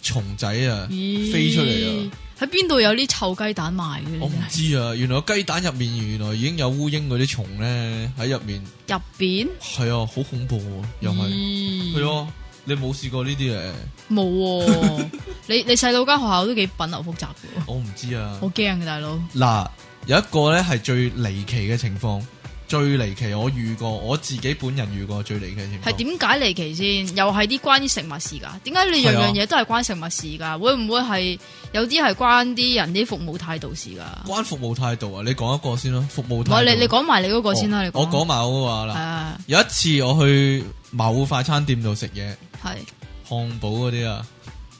S1: 蟲仔啊
S2: 咦
S1: 飛出嚟啊！！
S2: 喺邊度有啲臭雞蛋賣嘅
S1: 我唔
S2: 呢？
S1: 知啊，原來雞蛋入面原來已經有烏蠅嗰啲蟲咧喺入面，
S2: 入邊
S1: 係啊，好恐怖喎、又係
S2: 咦
S1: 係啊，你冇試過呢啲誒？
S2: 冇喎， [LAUGHS] 你你細佬間學校都幾品流複雜嘅喎，
S1: 我唔知啊
S2: 好。驚嘅大佬。
S1: 嗱，有一個咧係最離奇嘅情況，最離奇我遇過，我自己本人遇過最離奇嘅情況
S2: 係點解離奇先？又係啲關於食物事㗎？點解你樣
S1: 係啊
S2: 樣嘢都係關食物事㗎？會唔會係有啲係關啲人啲服務態度事㗎？
S1: 關服務態度啊？你講一個先啦，服務
S2: 唔
S1: 態
S2: 係
S1: 度。
S2: 你你講埋你嗰個先啦，
S1: 哦
S2: 你講
S1: 我講埋我嗰個
S2: 係
S1: 啦。
S2: 啊
S1: 有一次我去某快餐店度食嘢，
S2: 係
S1: 漢堡嗰啲啊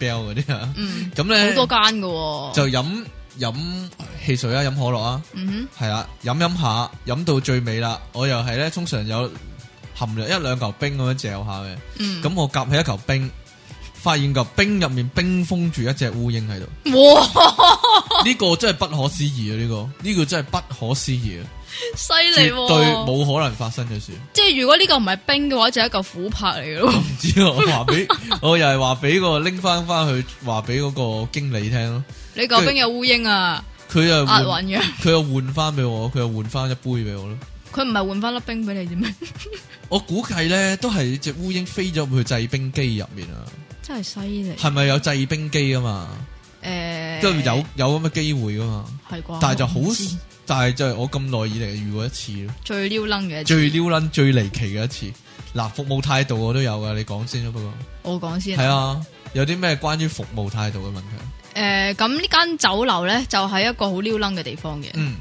S1: ，Bell 嗰啲啊，
S2: 嗯
S1: 咁
S2: 好
S1: 咧
S2: 多間㗎喎，
S1: 就飲飲汽水啊，飲可樂啊，
S2: 嗯
S1: 係啦，飲飲下，飲到最尾啦，我又係咧，通常有含略一兩嚿冰咁樣嚼下嘅，
S2: 哼嗯
S1: 咁我夾起一嚿冰，發現嚿冰入面冰封住一隻烏蠅喺度。
S2: 哇哦
S1: 呢個真係不可思議啊！呢、個呢、個真係不可思議啊！
S2: 犀
S1: 絕
S2: 利喎！
S1: 對冇可能發生嘅事。 [LAUGHS]
S2: 即係如果呢個唔係冰嘅話，就係一嚿琥珀嚟嘅咯。
S1: 唔知啊我話
S2: [LAUGHS]
S1: 俾我又係話俾個拎翻翻去話俾嗰個經理聽咯。
S2: 你嚿冰有烏蠅啊，
S1: 佢又
S2: 押
S1: 換
S2: 韻嘅，
S1: 佢又換翻俾我，佢又換翻一杯俾我咯。
S2: 佢唔係換翻粒冰俾你啫咩？
S1: 我估計咧都係只烏蠅飛咗入去製冰機入面啊！
S2: 真係犀利
S1: 係咪有製冰機啊嘛？
S2: 诶，
S1: 都有有咁嘅機會噶嘛？
S2: 係啩？
S1: 但係就好
S2: 我哦唔知，
S1: 但係就係我咁耐以嚟遇過一次咯。
S2: 最撩楞嘅一次，
S1: 最撩撚、最離奇嘅一次。嗱，服務態度我都有噶，你講先啦。不過
S2: 我講先
S1: 係。啊，有啲咩關於服務態度嘅問題？
S2: 诶，咁呢間酒樓咧就係一個好撩楞嘅地方嘅，
S1: 嗯，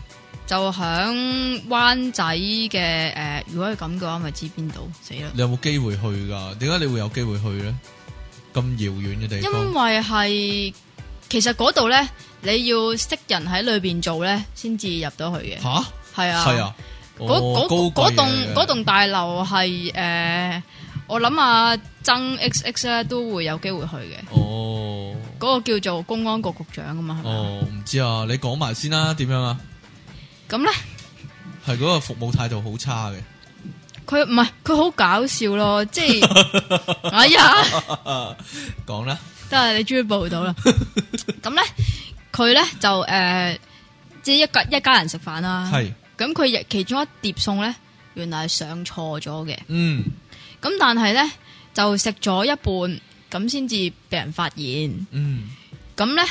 S2: 就響灣仔嘅诶，如果係咁嘅話，咪知邊度死啦。
S1: 你有冇機會去噶？點解你會有機會去咧？咁遙遠嘅地
S2: 因
S1: 方，
S2: 為係其實嗰度咧，你要識人喺裏边做咧，先至入到去嘅。
S1: 吓
S2: 係啊，
S1: 係啊，
S2: 嗰
S1: 哦
S2: 嗰嗰
S1: 高貴
S2: 棟
S1: 嘅
S2: 嗰棟大樓係誒，我諗啊，曾 X X 咧都會有機會去嘅。
S1: 哦
S2: 嗰個叫做公安局局長啊嘛，係咪啊？
S1: 哦，唔知啊，你講埋先啦，點樣啊？
S2: 咁咧，
S1: 係嗰個服務態度好差嘅，
S2: 佢唔係佢好搞笑咯，即
S1: [LAUGHS]
S2: 係哎呀，
S1: 講啦，
S2: 得啦，你終於報到啦。咁咧，佢咧就誒，即係一家一家人食飯啦。
S1: 係
S2: 咁佢亦其中一碟餸咧，原來係上錯咗嘅。
S1: 嗯
S2: 咁但係咧就食咗一半，咁先至被人發現。
S1: 嗯
S2: 咁咧，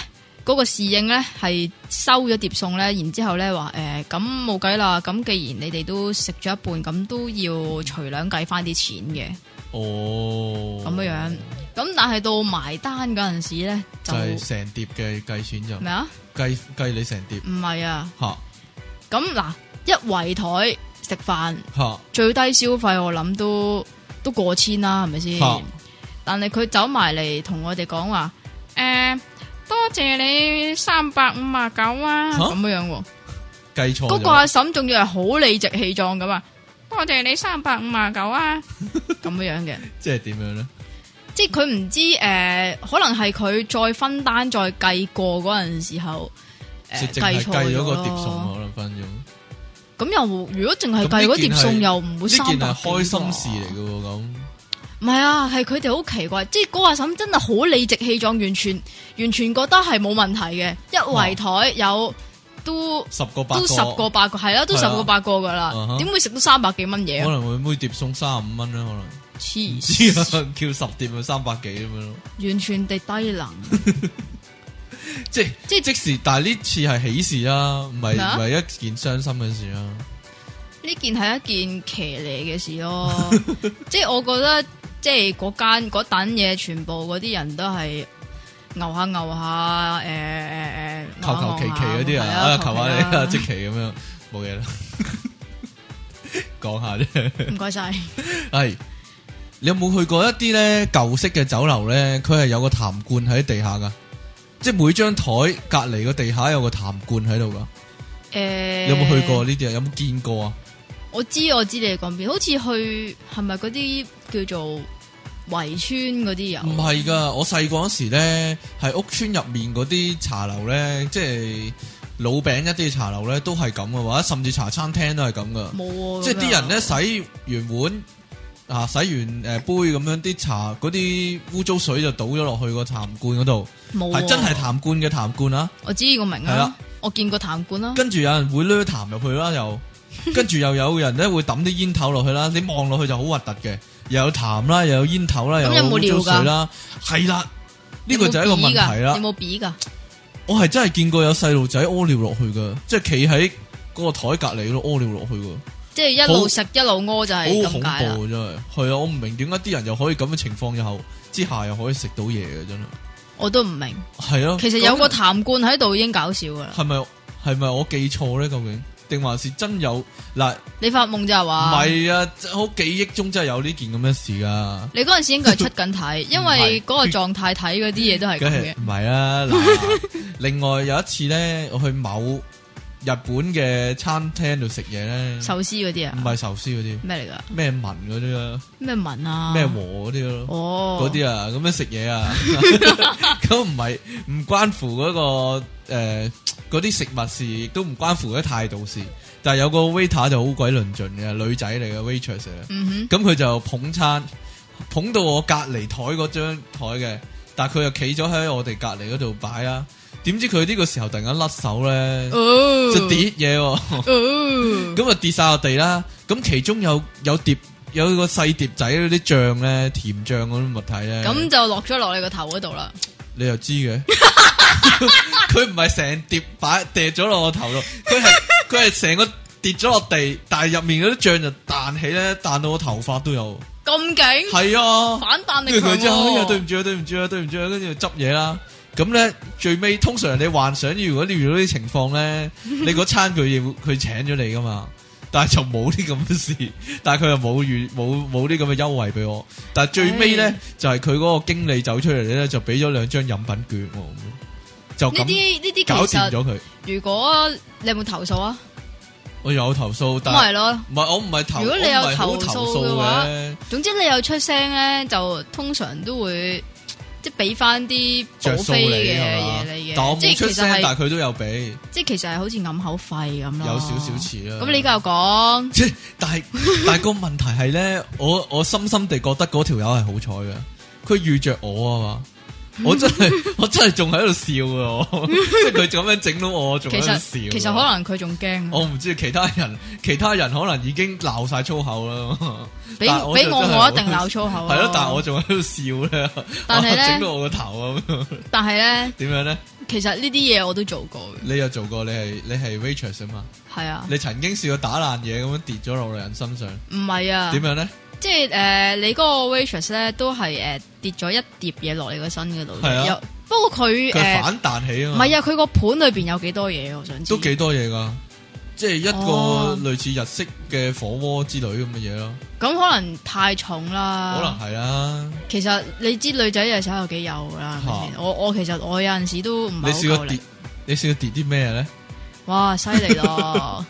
S2: 嗰、個侍應咧係收咗碟餸咧，然之後咧話誒，咁冇計啦，咁既然你哋都食咗一半，咁都要除兩計翻啲錢嘅。
S1: 哦
S2: 咁樣樣咁但係到埋單嗰陣時咧，
S1: 就
S2: 就
S1: 係成碟嘅計錢就
S2: 咩啊？
S1: 計計你成碟
S2: 唔係啊，
S1: 吓
S2: 咁嗱，一圍台食飯
S1: 吓
S2: 最低消費，我諗都都過千啦，係咪先？
S1: 嚇
S2: 但係佢走埋嚟同我哋講話誒。多謝你三百五啊九啊，
S1: 嚇
S2: 咁樣樣喎。
S1: 計錯
S2: 嗰
S1: 咗
S2: 個啊阿嬸仲要係好理直氣壯咁啊！多謝你三百五啊九啊，
S1: [LAUGHS]
S2: 咁樣樣嘅，
S1: 即係點樣咧？
S2: 即係佢唔知誒、呃可能係佢再分單再計過嗰陣時候
S1: 即係淨
S2: 誒
S1: 係
S2: 錯
S1: 計咗個啊
S2: 咯
S1: 碟餸可能分鐘。呢
S2: 咁又如果淨係
S1: 咁呢
S2: 計嗰碟
S1: 件
S2: 餸
S1: 係
S2: 又唔會
S1: 件
S2: 三百
S1: 係
S2: 幾
S1: 開心
S2: 喎
S1: 事嚟嘅喎，咁
S2: 唔係啊，係佢哋好奇怪，即係嗰個阿嬸真係好理直氣壯，完全完全覺得係冇問題嘅，一圍台有都。
S1: 十個哦八
S2: 都十個
S1: 個
S2: 八個，係啦，都十
S1: 係啊
S2: 個八個噶啦
S1: 啊哈，
S2: 點會食到三百幾蚊嘢
S1: 可
S2: 啊？
S1: 能會每碟餸三十五蚊啦，可能
S2: [LAUGHS]
S1: 唔
S2: 黐
S1: 知
S2: 線！
S1: 啊，叫十碟咪三百幾咁樣咯。
S2: 完全地低能，
S1: [LAUGHS] 即係
S2: 即係
S1: 即時，但係呢次係喜事啦，唔係
S2: 咩啊
S1: 唔係一件傷心嘅事啊啦。
S2: 呢件係一件騎呢嘅事
S1: [LAUGHS]
S2: 咯。即係我覺得，即係嗰間嗰等嘢，全部嗰啲人都係牛下牛下，誒誒誒，
S1: 求求其其嗰啲啊，
S2: 係
S1: 啊求下你啊，即
S2: 其
S1: 期咁樣冇嘢啦， [LAUGHS] 講下啫。 [LAUGHS]
S2: 啦唔該晒。
S1: 係你有冇去過一啲咧舊式嘅酒樓咧？佢係有個痰罐喺地下噶，即係每張台隔離個地下有個痰罐喺度噶。
S2: 誒，
S1: 有冇去過？呢啲啊？有冇見過啊？
S2: 我知我知你講邊，好似去係咪嗰啲叫做圍村嗰啲有？
S1: 唔係噶，我細個嗰時咧，係屋村入面嗰啲茶樓咧，即係老餅一啲茶樓咧，都係咁嘅，或者甚至茶餐廳都係咁噶。
S2: 冇喎。
S1: 即係
S2: 咁
S1: 啲
S2: 樣
S1: 人咧洗完碗啊，洗完誒杯咁樣，啲茶嗰啲污糟水就倒咗落去個痰罐嗰度，
S2: 冇啊
S1: 係
S2: 喎
S1: 真係，痰罐嘅痰罐啊！
S2: 我知我明
S1: 係
S2: 啊
S1: 啦，
S2: 我見過痰罐啦，
S1: 跟住有人會掠痰入去啦，
S2: [LAUGHS]
S1: 又跟住又有人咧會抌啲煙頭落去啦，你望落去就好核突嘅，又有痰啦，又有煙頭啦，
S2: 咁
S1: 又
S2: 有冇
S1: 污
S2: 尿㗎
S1: 糟水啦，係啦，呢個
S2: 有冇
S1: 就係一個問
S2: 比㗎
S1: 題啦
S2: 有。冇比㗎？
S1: 我係真係見過有細路仔屙尿落去噶，即係企喺嗰個台隔離咯，屙尿落去噶，
S2: 即係一路食一路屙就係
S1: 好
S2: 咁
S1: 恐
S2: 解啦。
S1: 怖真係，係啊！我唔明點解啲人又可以咁嘅情況之後之下又可以食到嘢嘅，真係
S2: 我都唔明，
S1: 係啊！
S2: 其實有個
S1: 咁
S2: 痰罐喺度已經搞笑噶啦。
S1: 係咪係咪我記錯咧？究竟定還是真有嗱？
S2: 你發夢就係
S1: 唔
S2: 話，
S1: 係啊，好記憶中真係有呢件咁嘅事噶，
S2: 你嗰陣時應該係出緊
S1: [LAUGHS]
S2: 體，因為嗰個狀態睇嗰啲嘢都係咁
S1: 梗係
S2: 嘅。
S1: 唔係啊！
S2: [LAUGHS]
S1: 嗱，另外有一次咧，我去某日本嘅餐廳度食嘢咧，
S2: 壽司嗰啲
S1: 唔
S2: 啊，
S1: 係壽司嗰啲，
S2: 咩嚟噶？
S1: 咩文嗰啲啊，
S2: 咩文啊？
S1: 咩和嗰啲咯。
S2: 哦，
S1: 嗰啲啊，咁樣食嘢
S2: [LAUGHS]
S1: 啊，咁唔係唔關乎嗰、個誒嗰啲食物事，亦都唔關乎嗰啲態度事。但係有個 waiter 就好鬼論盡嘅，女仔嚟嘅 waitress 嚟嘅，
S2: 嗯
S1: 咁佢就捧餐，捧到我隔離台嗰張台嘅，但係佢又企咗喺我哋隔離嗰度擺啊。點知佢呢個時候突然間甩手咧
S2: 哼，，哦，
S1: 就跌嘢喎、
S2: [LAUGHS] 哦，
S1: 咁啊跌晒落地啦。咁其中有有碟有個細碟仔嗰啲醬咧，甜醬嗰啲物體咧，
S2: 咁就落咗落你個頭嗰度啦。
S1: 你又知
S2: [LAUGHS]
S1: 嘅？ [LAUGHS] 佢唔係成碟擺跌咗落我頭度，佢係佢係成個跌咗落地，但係入面嗰啲醬就彈起咧，彈到我頭髮都
S2: [LAUGHS]
S1: 有。
S2: 咁勁，
S1: 係啊，
S2: 反彈
S1: 跟
S2: 力
S1: 住
S2: 強
S1: 佢之後，哎呀，
S2: 喎。
S1: 對唔住啊，對唔住啊，對唔住啊，跟住執嘢啦。咁咧最尾通常你幻想，如果你遇到呢啲情況
S2: [LAUGHS]
S1: 咧，你嗰餐佢要佢請咗你噶嘛，但係就冇啲咁嘅事，但係佢又冇遇冇冇啲咁嘅優惠俾我。但係最尾咧
S2: 唉
S1: 就係佢嗰個經理走出嚟咧，就俾咗兩張飲品券我，就
S2: 呢
S1: 咁
S2: 啲呢
S1: 搞
S2: 啲其
S1: 掂
S2: 實，
S1: 咗佢。
S2: 如果你有冇投訴啊？
S1: 我有投訴，
S2: 咁
S1: 但
S2: 咪
S1: 係
S2: 係咯。
S1: 唔係我唔係投，
S2: 如果你有
S1: 我唔係好
S2: 投
S1: 投
S2: 訴
S1: 訴
S2: 嘅話
S1: 嘅，
S2: 總之你有出聲咧，就通常都會即係俾翻啲保
S1: 着數
S2: 飛
S1: 你
S2: 嘅
S1: 係嘛
S2: 嘢你
S1: 但我
S2: 嘅，即
S1: 冇
S2: 係
S1: 出
S2: 其
S1: 聲
S2: 實，係
S1: 但係佢都有俾。
S2: 即係其實係好似揞口費咁咯，
S1: 有少少似啊啦
S2: 咁你而家又講
S1: 即係但係 [LAUGHS] 但係個問題係咧，我我深深地覺得嗰條友係好彩嘅，佢遇着我啊嘛，我真係 [LAUGHS] 我真係仲喺度笑啊，
S2: [LAUGHS]
S1: 我即係佢咁樣整到我，我仲
S2: 其
S1: 喺度笑
S2: 實
S1: 啊。
S2: 其實可能佢仲驚，
S1: 我唔知其他人，其他人可能已經鬧晒粗口啦，
S2: [LAUGHS] 俾
S1: 但係我
S2: 俾
S1: 就
S2: 我
S1: 真係
S2: 我一定鬧粗口咯。
S1: [LAUGHS]
S2: 啊
S1: 係咯，但係我仲喺度笑咧，
S2: 但係呢
S1: 整到我個頭啊咁樣，
S2: 但係咧，
S1: 點樣咧？
S2: 其實呢啲嘢我都做過嘅，
S1: 你有做過？你係你係 waitress 啊嘛？
S2: 係啊，
S1: 你曾經試過打爛嘢咁樣跌咗落人身上，
S2: 唔係啊
S1: 點，樣咧？
S2: 即係誒你嗰個 waitress 咧都係誒跌咗一碟嘢落你個身嗰度
S1: 係啊
S2: 嘅，有不過佢
S1: 佢
S2: 誒
S1: 反彈起啊
S2: 唔
S1: 嘛。
S2: 係啊，佢個盤裏邊有幾多嘢我想知
S1: 都。幾多嘢噶，即係一個
S2: 哦
S1: 類似日式嘅火鍋之類咁嘅嘢咯，
S2: 咁可能太重啦，
S1: 可能係啊啦。
S2: 其實你知女仔隻手有幾幼噶啦，係咪先我我其實我有陣時都唔
S1: 你
S2: 係
S1: 試
S2: 好夠
S1: 過跌
S2: 力，，
S1: 你試過跌啲咩咧？
S2: 哇犀
S1: [LAUGHS]
S2: 利咯！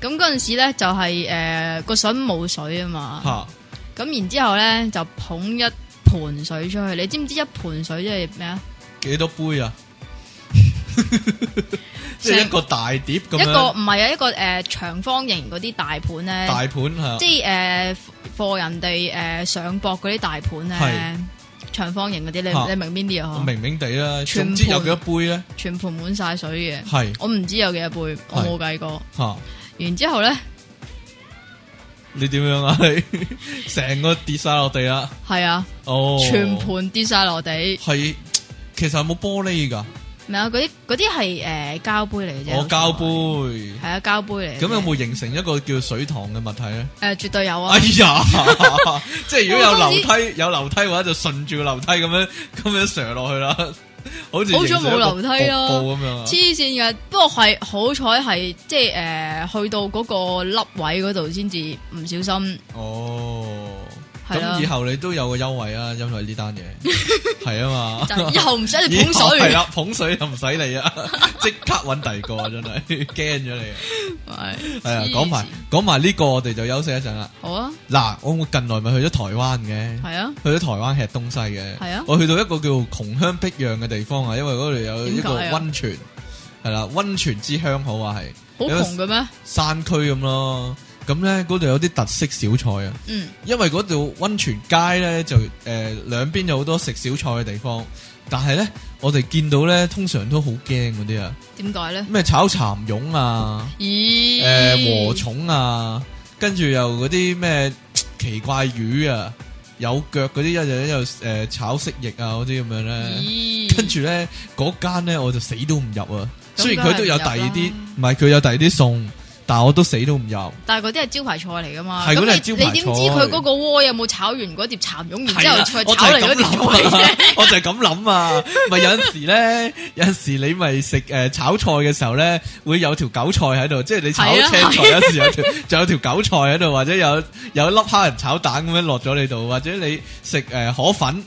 S2: 咁嗰陣時咧就係誒個筍冇水啊嘛，
S1: 吓，
S2: 咁然之後咧就捧一盆水出去，你知唔知一盆水即係咩啊？
S1: 幾多杯
S2: [LAUGHS]
S1: 啊？即係一個大碟咁
S2: 一個
S1: 樣，
S2: 唔係啊，一個誒、呃、長方形嗰啲大盤咧，
S1: 大盤吓，
S2: 即係誒貨人哋誒、呃上博嗰啲大盤咧
S1: 係，
S2: 長方形嗰啲，
S1: 嚇
S2: 你你明邊啲
S1: 我
S2: 啊？嗬
S1: 明明地啦。
S2: 全
S1: 總之有幾
S2: 盤
S1: 多杯咧？
S2: 全盤滿晒水嘅，
S1: 係
S2: 我唔知有幾多杯，我冇計過。
S1: 吓，
S2: 然之後咧，
S1: 你點樣啊？ [LAUGHS] 你成個跌晒落地啦！
S2: 係啊，
S1: 哦，
S2: 全盤跌晒落地。
S1: 係，其實有冇玻璃噶？
S2: 咪啊，嗰啲嗰啲係誒膠杯嚟嘅啫。
S1: 我哦膠杯，
S2: 係啊，膠杯嚟嘅啫。
S1: 咁有冇形成一個叫水塘嘅物體咧？
S2: 誒絕對有啊
S1: 哎！
S2: [LAUGHS]
S1: 呀，即係如果有樓
S2: 我
S1: 梯有樓梯嘅話，就順住個樓梯咁樣咁樣上落去啦，好似
S2: 好彩
S1: 形成一個
S2: 冇樓梯啦
S1: 瀑布咁樣啊
S2: 黐。線嘅，不過係好彩係即係誒、去到嗰個凹位嗰度先至唔
S1: [LAUGHS]
S2: 小心
S1: 哦，
S2: 係啊啦
S1: 咁以後你都有個優惠啊，因為呢單
S2: [LAUGHS]
S1: 嘢係啊嘛。
S2: 就以後唔使你
S1: 以
S2: 捧
S1: 後 [LAUGHS] 係
S2: 水。
S1: 啦，捧水就唔使你啊， [LAUGHS] 即刻揾第二個啊，真係 [LAUGHS] 驚咗你啊！
S2: 係
S1: 係啊，
S2: 黐
S1: 講埋
S2: 線
S1: 講埋呢個，我哋就休息一陣啦。
S2: 好啊，
S1: 嗱，我近來咪去咗台灣嘅，
S2: 係啊，
S1: 去咗台灣吃東西嘅，
S2: 係啊
S1: 我去到一個叫窮鄉僻壤嘅地方啊，因為嗰度有一個
S2: 點解啊
S1: 温泉，係啦，温泉之鄉好啊，係
S2: 好
S1: 有個
S2: 窮嘅咩？
S1: 山區咁咯。咁咧嗰度有啲特色小菜啊，
S2: 嗯，
S1: 因為嗰度温泉街咧就誒、呃、兩邊有好多食小菜嘅地方，但係咧我哋見到咧通常都好驚嗰啲啊，
S2: 點解咧？
S1: 咩炒蠶蛹啊。
S2: 咦？
S1: 诶禾蟲啊，跟住又嗰啲咩奇怪魚啊，有腳嗰啲一日又诶炒蜥蜴啊嗰啲咁樣咧，
S2: 咦？
S1: 跟住咧嗰間咧我就死都唔入啊，雖然
S2: 咁梗係
S1: 佢都有第二啲
S2: 唔入啦，
S1: 唔係佢有第二啲餸，但系我都死都唔入。
S2: 但系嗰啲係招牌菜嚟噶嘛？
S1: 係嗰啲係
S2: 咁
S1: 招
S2: 你
S1: 牌
S2: 你
S1: 菜
S2: 點知佢嗰個鍋有冇炒完嗰碟蠶蛹，然之後
S1: 係
S2: 再
S1: 啊我就
S2: 炒
S1: 係
S2: 嚟
S1: 咁
S2: 嗰碟 [LAUGHS] 哎
S1: 諗
S2: 菜
S1: 啊
S2: 啫？，
S1: [LAUGHS] 我就係咁諗啊，咪有陣時咧，有陣時你咪食诶炒菜嘅時候咧，會有條韭菜喺度，即係你炒
S2: 係啊
S1: 青菜有時有條就有條韭菜喺度，或者有有一粒蝦仁炒蛋咁樣落咗你度，或者你食诶河粉。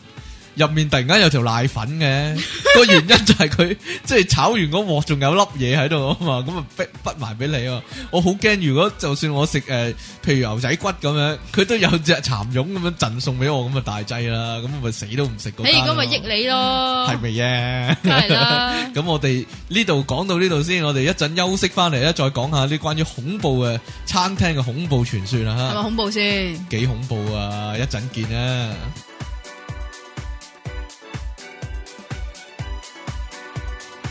S1: 入面突然間有條瀨粉嘅， [LAUGHS] 個原因就係佢 [LAUGHS] 即係炒完嗰鑊仲有粒嘢喺度啊嘛，咁啊逼逼埋俾你啊！我好驚，如果就算我食誒、呃譬如牛仔骨咁樣，佢都有隻蠶蛹咁樣贈送俾我，咁啊大劑啦，咁我咪死都唔食嗰
S2: 你
S1: 間
S2: 而
S1: 咯
S2: 家哎咪益你咯，
S1: 係咪啫？。
S2: [LAUGHS] 梗係啦
S1: 咁我哋呢度講到呢度先，我哋一陣休息翻嚟咧，再講下啲關於恐怖嘅餐廳嘅恐怖傳說啦
S2: 係咪
S1: 嚇，
S2: 恐怖先？
S1: 幾恐怖啊！一陣見啊！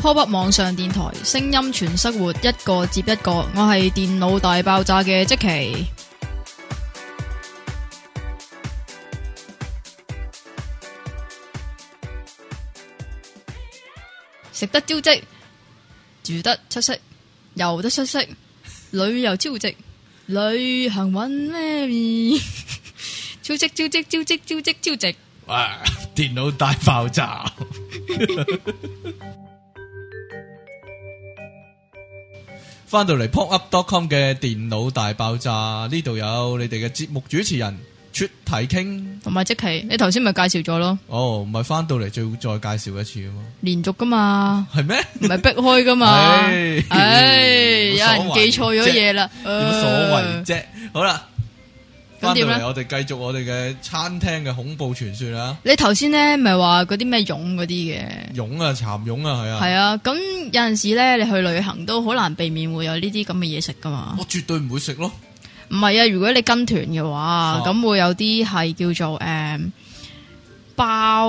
S2: pop up 网上電台，聲音全生活，一個接一個。我係電腦大爆炸嘅即期。食得招積，住得出色，游得出色，旅遊超值，旅行揾咩意？ [LAUGHS] 超值超值超值超值超值。
S1: 哇！電腦大爆炸，翻到嚟 popup.com 嘅電腦大爆炸呢度有你哋嘅節目主持人出題傾，
S2: 同埋即期，你頭先咪介紹咗咯，
S1: 哦，唔係翻到嚟最再介紹一次啊嘛，
S2: 連續噶嘛。
S1: 係
S2: [LAUGHS]
S1: 咩？
S2: 唔系逼開噶嘛？
S1: 唉
S2: 唉，有人
S1: 冇所謂
S2: 記錯咗嘢啦。
S1: 有乜所謂
S2: 唉？
S1: 啫？好啦，
S2: 咁
S1: 翻到
S2: 點呢
S1: 嚟我哋繼續我哋嘅餐廳嘅恐怖傳說啊啦，
S2: 你頭先咧咪話嗰啲咩蛹嗰啲嘅？
S1: 蛹啊、蠶蛹啊，係啊，
S2: 係啊，咁有陣時咧，你去旅行都好難避免會有呢啲咁嘅嘢食噶嘛。
S1: 我絕對唔會食咯。
S2: 唔係啊，如果你跟團嘅
S1: 哦
S2: 話，咁、會有啲係叫做诶、誒包，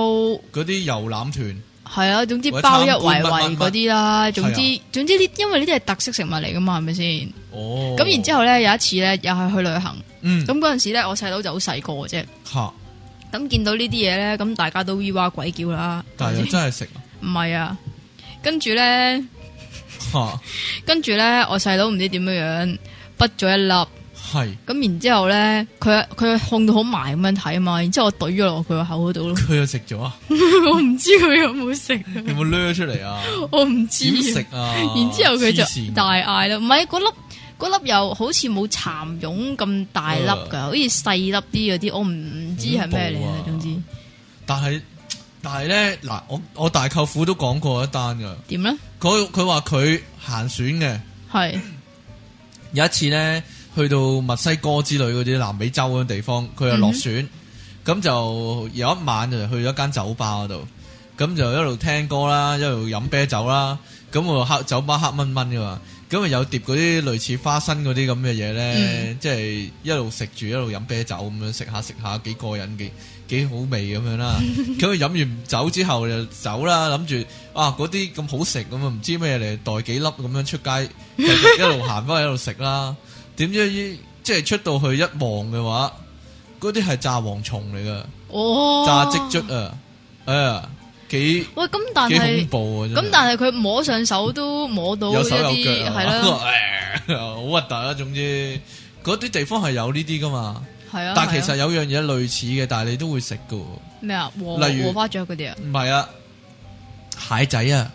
S1: 嗰啲遊覽團
S2: 係啊，總之
S1: 或者
S2: 包一
S1: 參觀
S2: 圍圍
S1: 乜乜乜
S2: 嗰啲啦。總之、
S1: 係啊
S2: 總之呢，因為呢啲係特色食物嚟噶嘛，係咪先？
S1: 哦，
S2: 咁、然之後咧，有一次咧，又係去旅行，
S1: 嗯
S2: 咁嗰陣時咧，我細佬就好細個嘅啫。
S1: 吓，
S2: 咁見到呢啲嘢咧，咁大家都 V 哇鬼叫啦，
S1: 但係又真係食啊
S2: 唔係啊？跟住咧， [LAUGHS]
S1: 吓。
S2: 跟住咧，我細佬唔知點樣樣，滗咗一粒，
S1: 系
S2: 咁然之後咧，佢佢控到好埋咁樣睇啊嘛，然之後我懟咗落佢個口嗰度咯，
S1: 佢又食咗啊？
S2: [LAUGHS] 我唔知佢有冇食啊，
S1: 有冇掠出嚟啊？
S2: [LAUGHS] 我唔知
S1: 點食
S2: 啊。
S1: 啊？
S2: [LAUGHS] 然之後佢
S1: 黐線
S2: 就大嗌啦，唔係嗰粒嗰粒又好似冇蠶蛹咁大粒㗎，好似細粒啲嗰啲，我唔唔知係咩嚟
S1: 啊恐怖啊，
S2: 嘅總之
S1: 但係但係咧嗱，我我大舅父都講過一單噶，
S2: 點咧？
S1: 佢佢話佢行選嘅，
S2: 係
S1: 有一次咧去到墨西哥之類嗰啲南美洲嗰啲地方，佢
S2: 嗯
S1: 又落選，咁、就有一晚就去咗間酒吧嗰度，咁就一路聽歌啦，一路飲啤酒啦，咁我黑酒吧黑蚊蚊噶嘛。咁啊有碟嗰啲類似花生嗰啲咁嘅嘢咧，
S2: 嗯
S1: 即係一路食住一路飲啤酒咁樣食下食下幾過癮幾幾好味咁樣啦。咁佢飲完酒之後就走啦，諗住啊嗰啲咁好食咁啊唔知咩嚟，袋幾粒咁樣出街，繼
S2: [LAUGHS]
S1: 續一路行翻去一路食啦。點知依即係出到去一望嘅話，嗰啲係炸蝗蟲嚟噶，
S2: 哦，
S1: 炸積卒啊，誒、幾
S2: 喂，咁但
S1: 幾
S2: 係
S1: 恐。怖啊！真係
S2: 咁但係佢摸上手都摸到一
S1: 有手有腳
S2: 啲係啦，
S1: 啦， [LAUGHS] 好核突啊！總之嗰啲地方係有呢啲噶嘛，
S2: 係啊。
S1: 但
S2: 係
S1: 其
S2: 啊
S1: 實有樣嘢類似嘅，但係你都會食噶，唔
S2: 咩啊，和
S1: 例如
S2: 和花雀嗰啲啊，
S1: 係啊，蟹仔啊，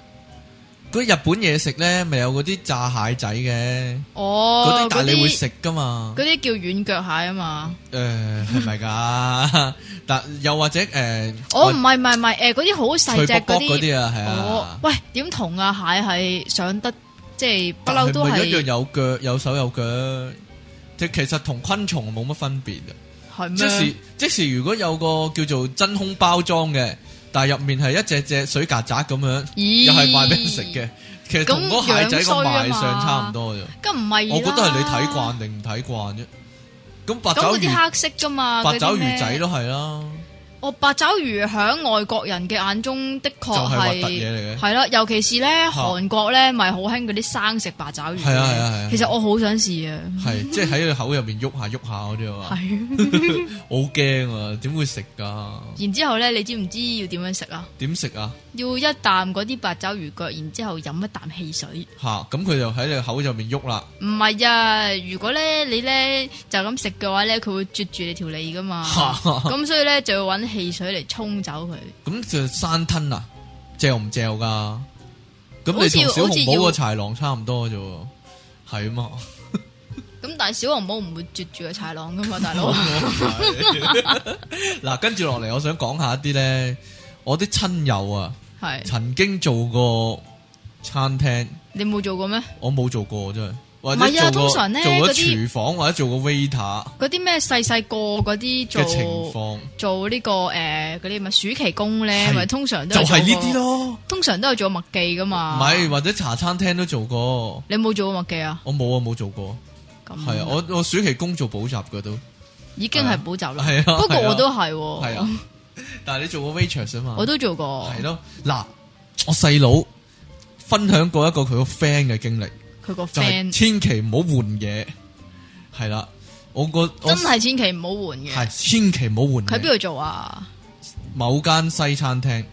S1: 嗰啲日本嘢食咧，咪有嗰啲炸蟹仔嘅，嗰啲
S2: 哦，
S1: 但係
S2: 嗰
S1: 你會
S2: 啲
S1: 食噶嘛？
S2: 嗰啲叫軟腳蟹啊嘛。
S1: 誒係咪㗎？ [LAUGHS] 但又或者誒，
S2: 哦，唔係唔係唔係，誒嗰啲好細
S1: 脆
S2: 隻
S1: 卜卜嗰
S2: 嗰啲。
S1: 啲啊，係
S2: 哦
S1: 啊，，
S2: 喂，點同啊蟹係上得即係不
S1: 但
S2: 嬲都
S1: 咪一樣
S2: 係
S1: 有腳有手有腳，即其實同昆蟲冇乜分別啊嘅。
S2: 係
S1: 即
S2: 咩
S1: 時？即時如果有個叫做真空包裝嘅，但係入面係一隻隻水曱甴咁樣，
S2: 咦，
S1: 又係賣俾人食嘅。其實同嗰蟹仔個賣相差唔多啫。
S2: 咁唔係啦
S1: 我覺得係你睇。慣定唔睇慣啫。咁八
S2: 咁
S1: 爪
S2: 嗰啲
S1: 魚，
S2: 黑色噶嘛，
S1: 八爪
S2: 嗰啲咩
S1: 魚仔。都係啦。
S2: 我八爪魚喺外國人嘅眼中的
S1: 就
S2: 確
S1: 係核突
S2: 係
S1: 嘢嚟嘅。
S2: 係啦，尤其是咧韓國咧，咪好興嗰啲生食八爪魚嘅。
S1: 係啊係啊係啊
S2: 其實我好想試啊。
S1: 系，即系喺佢口入面喐下喐下嗰啲啊嘛，
S2: 係。
S1: 我好惊啊！點會食噶？
S2: 然之後咧，你知唔知要點樣食啊？
S1: 點食啊？
S2: 要一啖嗰啲八爪魚腳，然之後飲一啖汽水。
S1: 吓，咁佢就喺你口入面喐啦。
S2: 唔係啊，如果咧你咧就咁食嘅話咧，佢會啜住你條脷噶嘛。
S1: 吓，
S2: 咁所以咧就要揾汽水嚟沖走佢。
S1: 咁就生吞啊，嚼唔嚼噶？咁
S2: 好
S1: 你
S2: 似
S1: 同小
S2: 好似
S1: 紅帽
S2: 要
S1: 個豺狼差唔多啫喎，係啊
S2: [LAUGHS]
S1: 嘛。
S2: 咁但係小紅帽唔會啜住個豺狼噶嘛，
S1: [LAUGHS]
S2: 大佬。
S1: 嗱，跟住落嚟，我想講下一啲咧，我啲親友啊，
S2: 係
S1: 曾經做過餐廳，
S2: 你冇做過咩？
S1: 我冇做過真係，或
S2: 唔係啊
S1: 者做
S2: 通
S1: 過
S2: 常呢
S1: 做
S2: 嗰
S1: 咗
S2: 啲
S1: 廚房或者做過 waiter
S2: 嗰啲咩細細個嗰啲
S1: 嘅情
S2: 做
S1: 況。
S2: 做呢、個誒嗰啲咪暑期工咧，
S1: 係
S2: 咪通常都
S1: 就
S2: 係
S1: 係呢
S2: 做過啊
S1: 啲，咯，
S2: 通常都有做麥記噶
S1: 唔
S2: 嘛。
S1: 係或者茶餐廳都做過，
S2: 你冇做過麥記啊？
S1: 我冇啊冇做過，
S2: 咁
S1: 係啊，我我暑期工做補習嘅都
S2: 已經係補習啦。
S1: 係啊
S2: 不過
S1: 係啊
S2: 我都係喎，
S1: 係啊，但係你做過 waitress 啊嘛，
S2: 哦我都做過
S1: 係。咯，嗱，我細佬分享過一個佢個 friend 嘅經歷，
S2: 佢個
S1: 就係
S2: friend
S1: 千祈唔好換嘢，係啦，我個我
S2: 真係千祈唔好換嘅。
S1: 係千祈唔好換
S2: 佢邊
S1: 嘢，
S2: 度做啊？
S1: 某間西餐廳，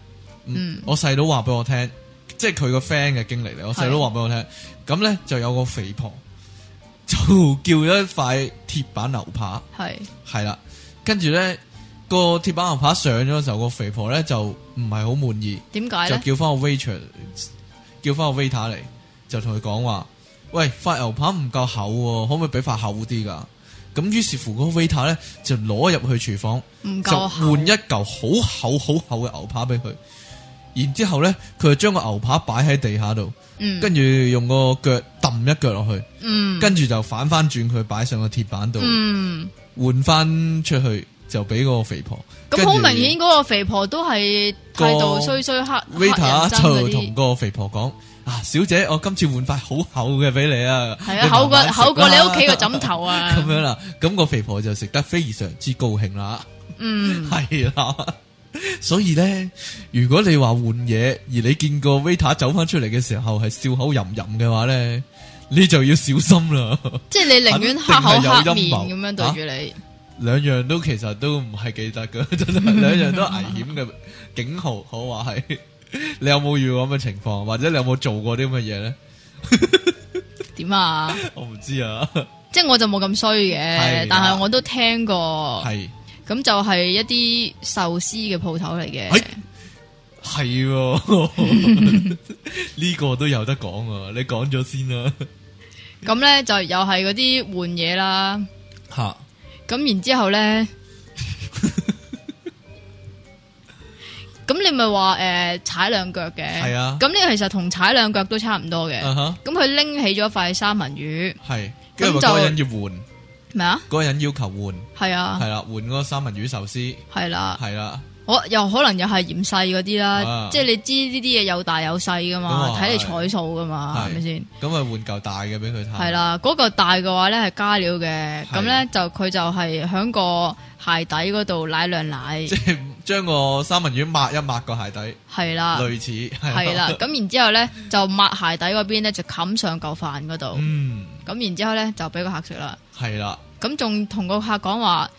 S2: 嗯
S1: 我細佬話俾我聽，即係佢個 friend 嘅經歷嚟。我細佬話俾我聽，咁咧就有個肥婆就叫咗一塊鐵板牛扒，
S2: 係
S1: 係啦，跟住咧個鐵板牛扒上咗嘅時候，個肥婆咧就唔係好滿意，
S2: 點解
S1: 就
S2: 咧？
S1: 叫翻個 waitress，叫翻個 waiter 嚟，就同佢講話：，喂，塊牛扒唔夠厚喎，可唔可以俾塊厚啲㗎？咁於是乎，嗰個 waiter 咧就攞入去廚房。
S2: 唔
S1: 就
S2: 夠啊厚
S1: 換一嚿好厚好厚嘅牛扒俾佢，然之後咧，佢就將個牛扒擺喺地下度，
S2: 嗯
S1: 跟住用個腳揼一腳落去，
S2: 嗯
S1: 跟住就反翻轉佢擺上個鐵板度，
S2: 嗯，
S1: 換翻出去就俾個肥婆。
S2: 咁好明顯嗰個肥婆都係態度衰衰黑黑人憎
S1: waiter 啊
S2: 嗰
S1: 就同
S2: 啲。
S1: 個肥婆講：啊，小姐，我今次換塊好厚嘅俾你啊，
S2: 係
S1: 你
S2: 啊，厚過
S1: 慢慢食啦
S2: 厚過你屋企個枕頭啊
S1: [LAUGHS] 咁！樣啦，咁個肥婆就食得非常之高興啦。
S2: 嗯，
S1: 系啦，所以咧，如果你話換嘢，而你見個 waiter 走翻出嚟嘅時候係笑口吟吟嘅話咧，你就要小心啦。
S2: 即係你寧願黑口黑面咁樣對住你，
S1: 兩樣都其實都唔係幾得噶， [LAUGHS] 真
S2: [LAUGHS]
S1: 係兩樣都危險嘅警號，可話係。 [LAUGHS] 你有冇遇過咁嘅情況，或者你有冇做過啲咁嘅嘢咧？
S2: 點啊？
S1: 我唔知啊，
S2: 即係我就冇咁衰
S1: 係啦啊
S2: 嘅，但係我都聽過，
S1: 係
S2: 咁就係一啲壽司嘅鋪頭嚟嘅，
S1: 哎係
S2: [LAUGHS]
S1: 喎呢個都有得講啊！你講咗先啦，
S2: 咁咧就又係嗰啲換嘢啦，
S1: 吓
S2: 咁然之
S1: [LAUGHS]
S2: 後咧，咁你咪話誒踩兩腳嘅，
S1: 係啊
S2: 咁呢個其實同踩兩腳都差唔多嘅，
S1: 啊哈，
S2: 咁佢拎起咗塊三文魚，
S1: 係跟住
S2: 咁
S1: 嗰個
S2: 就
S1: 人要換。
S2: 咩啊？
S1: 嗰個人要求換，係
S2: 係啊，
S1: 啦，換嗰個三文魚壽司，
S2: 係啦，
S1: 係啦，
S2: 我又可能又係嫌細嗰啲
S1: 啊
S2: 啦，即係你知呢啲嘢有大有細噶
S1: 咁
S2: 嘛，
S1: 啊
S2: 睇你彩數噶嘛，
S1: 係
S2: 啊係咪先？
S1: 咁咪換嚿大嘅俾佢睇。
S2: 係，啦，嗰嚿大嘅話咧係加料
S1: 係
S2: 嘅，咁咧就佢就係喺個鞋底嗰度奶兩奶
S1: 即，係將個三文魚抹一抹個鞋底，
S2: 係啦，
S1: 類似係
S2: 啊
S1: 啊
S2: 係啦，，咁然之後咧就抹鞋底嗰邊咧就冚上嚿飯嗰度，
S1: 嗯，
S2: 咁然之後咧就俾個客食啦，
S1: 係啦，
S2: 咁仲同個客講話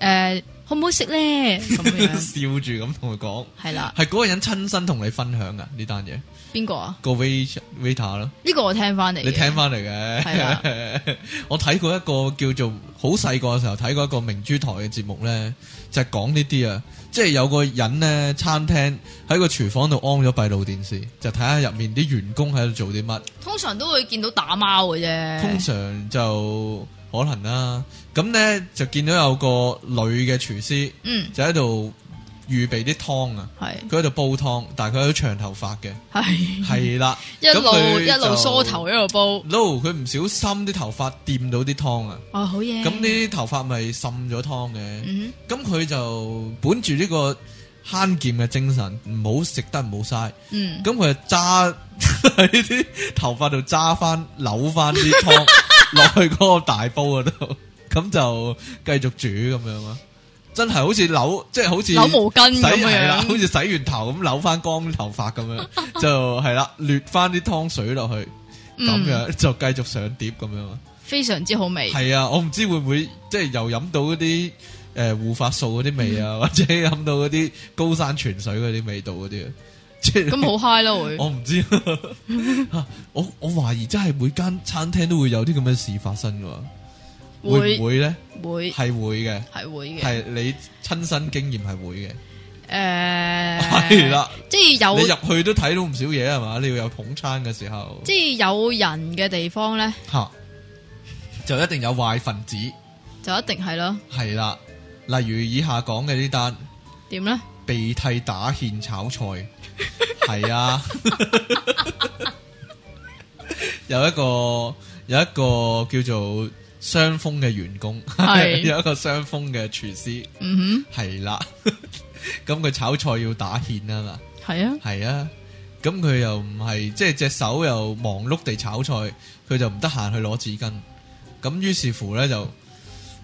S2: 誒好唔好食咧？咁樣
S1: [LAUGHS] 笑住咁同佢講，
S2: 係啦，
S1: 係嗰個人親身同你分享噶呢單嘢，
S2: 邊個啊？
S1: 個 wait waiter 咯，
S2: 呢個我聽翻嚟嘅，
S1: 你聽翻嚟
S2: 哎係
S1: 嘅。 [LAUGHS] 我睇過一個叫做好細個嘅時候睇過一個明珠台嘅節目咧，就係講呢啲啊，即係有個人咧餐廳喺個廚房度安咗閉路電視，就睇下入面啲員工喺度做啲乜。
S2: 通常都會見到打貓嘅
S1: 通
S2: 啫，
S1: 常就可能啦。咁咧就見到有個女嘅廚師
S2: 嗯，
S1: 就喺度預備啲湯啊，
S2: 係
S1: 佢喺度煲湯，但係佢有長頭髮嘅，
S2: 係
S1: 係啦，
S2: [LAUGHS] 嗯一路一路梳
S1: 梳
S2: 頭一路煲，
S1: ，no，佢唔小心啲頭髮掂到啲湯啊，
S2: 哦好嘢，
S1: 咁呢啲頭髮咪滲咗湯嘅，
S2: 嗯
S1: 咁佢就本住呢個慳儉嘅精神，唔好食得唔好嘥。
S2: 哼嗯。
S1: 咁佢就揸 [LAUGHS] 喺啲頭髮度揸翻扭翻啲
S2: [LAUGHS]
S1: 湯落去嗰個大煲嗰度，咁就繼續煮咁樣啊。真係好似扭，即係好似
S2: 扭毛巾
S1: 洗
S2: 咁
S1: 係啦，
S2: 樣
S1: 好似洗完頭咁扭翻光頭髮咁
S2: [LAUGHS]
S1: 樣，就係啦，掠翻啲湯水落去，咁
S2: 嗯，
S1: 樣就繼續上碟咁樣。
S2: 非常之好味。
S1: 係啊，我唔知會唔會即係又飲到嗰啲诶護髮素嗰啲味
S2: 嗯
S1: 啊，或者飲到嗰啲高山泉水嗰啲味道嗰啲啊，即係
S2: 咁好 high 啦會，
S1: [LAUGHS] 我唔
S2: [LAUGHS]
S1: 知，啊我我懷疑真係每間餐廳都會有啲咁嘅事發生噶，會
S2: 會
S1: 唔會咧？
S2: 會
S1: 係會嘅，
S2: 係會嘅。
S1: 係你親身經驗係會嘅，
S2: 誒
S1: [LAUGHS] 係，啦。
S2: 即係
S1: 你
S2: 有
S1: 入去都睇到唔少嘢係啊嘛？你要有捧餐嘅時候，
S2: 即係有人嘅地方咧，
S1: 吓就一定有壞分子，
S2: 就一定係咯。
S1: 係啦。例如以下講嘅呢單。
S2: 點咧？
S1: 鼻涕打芡炒
S2: [LAUGHS]
S1: 菜，系啊，有一個有一個叫做雙峰嘅員工，
S2: 係
S1: [LAUGHS] 有一個雙峰嘅廚師，
S2: 嗯
S1: 係啦、咁佢炒菜要打芡啊嘛，
S2: 哼，係
S1: [LAUGHS]
S2: 啊，
S1: 係啊，咁佢又唔係即係隻手又忙碌地炒菜，佢就唔得閒去攞紙巾，咁於是乎咧就。 [LAUGHS]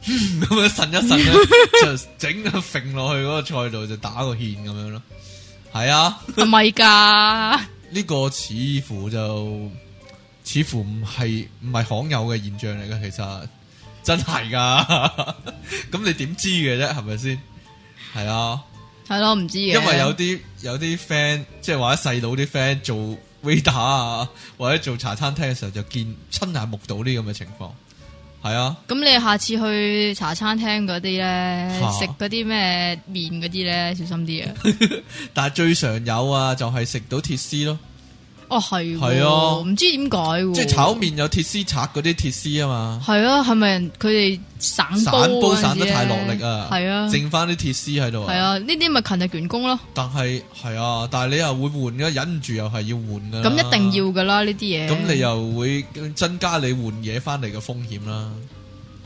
S1: 咁樣呻一呻咧，就整個揈落去嗰個菜度，就打個芡咁樣咯。係啊，
S2: 唔係㗎，
S1: 呢、個似乎就似乎唔係唔係罕有嘅現象嚟嘅，其實真係噶。 [LAUGHS] 咁你點知嘅啫？係咪先？係啊，
S2: 係咯，唔知嘅。
S1: 因為有啲有啲 friend 即係或者細佬啲 friend 做 waiter 啊，或者做茶餐廳嘅時候就見親眼目睹呢咁嘅情況。係啊，
S2: 咁你下次去茶餐廳嗰啲咧
S1: 嚇，
S2: 食嗰啲咩面嗰啲咧，小心
S1: [LAUGHS]
S2: 啲啊！
S1: 但係最常有啊，就係食到鐵絲咯。
S2: 哦，
S1: 係
S2: 係係
S1: 啊
S2: 唔知點解喎？
S1: 即系炒面有鐵絲刷嗰啲鐵絲啊嘛，
S2: 係啊，係咪佢哋散
S1: 散
S2: 煲
S1: 煲散得太落力啊，
S2: 係啊，
S1: 剩翻啲鐵絲喺度
S2: 係，啊，呢啲咪勤力員工咯，
S1: 但係係啊，但係你又會換噶，忍唔住又係要換噶，
S2: 咁一定，要噶啦呢啲嘢。
S1: 啊咁你又會增加你換嘢翻嚟嘅風險啦，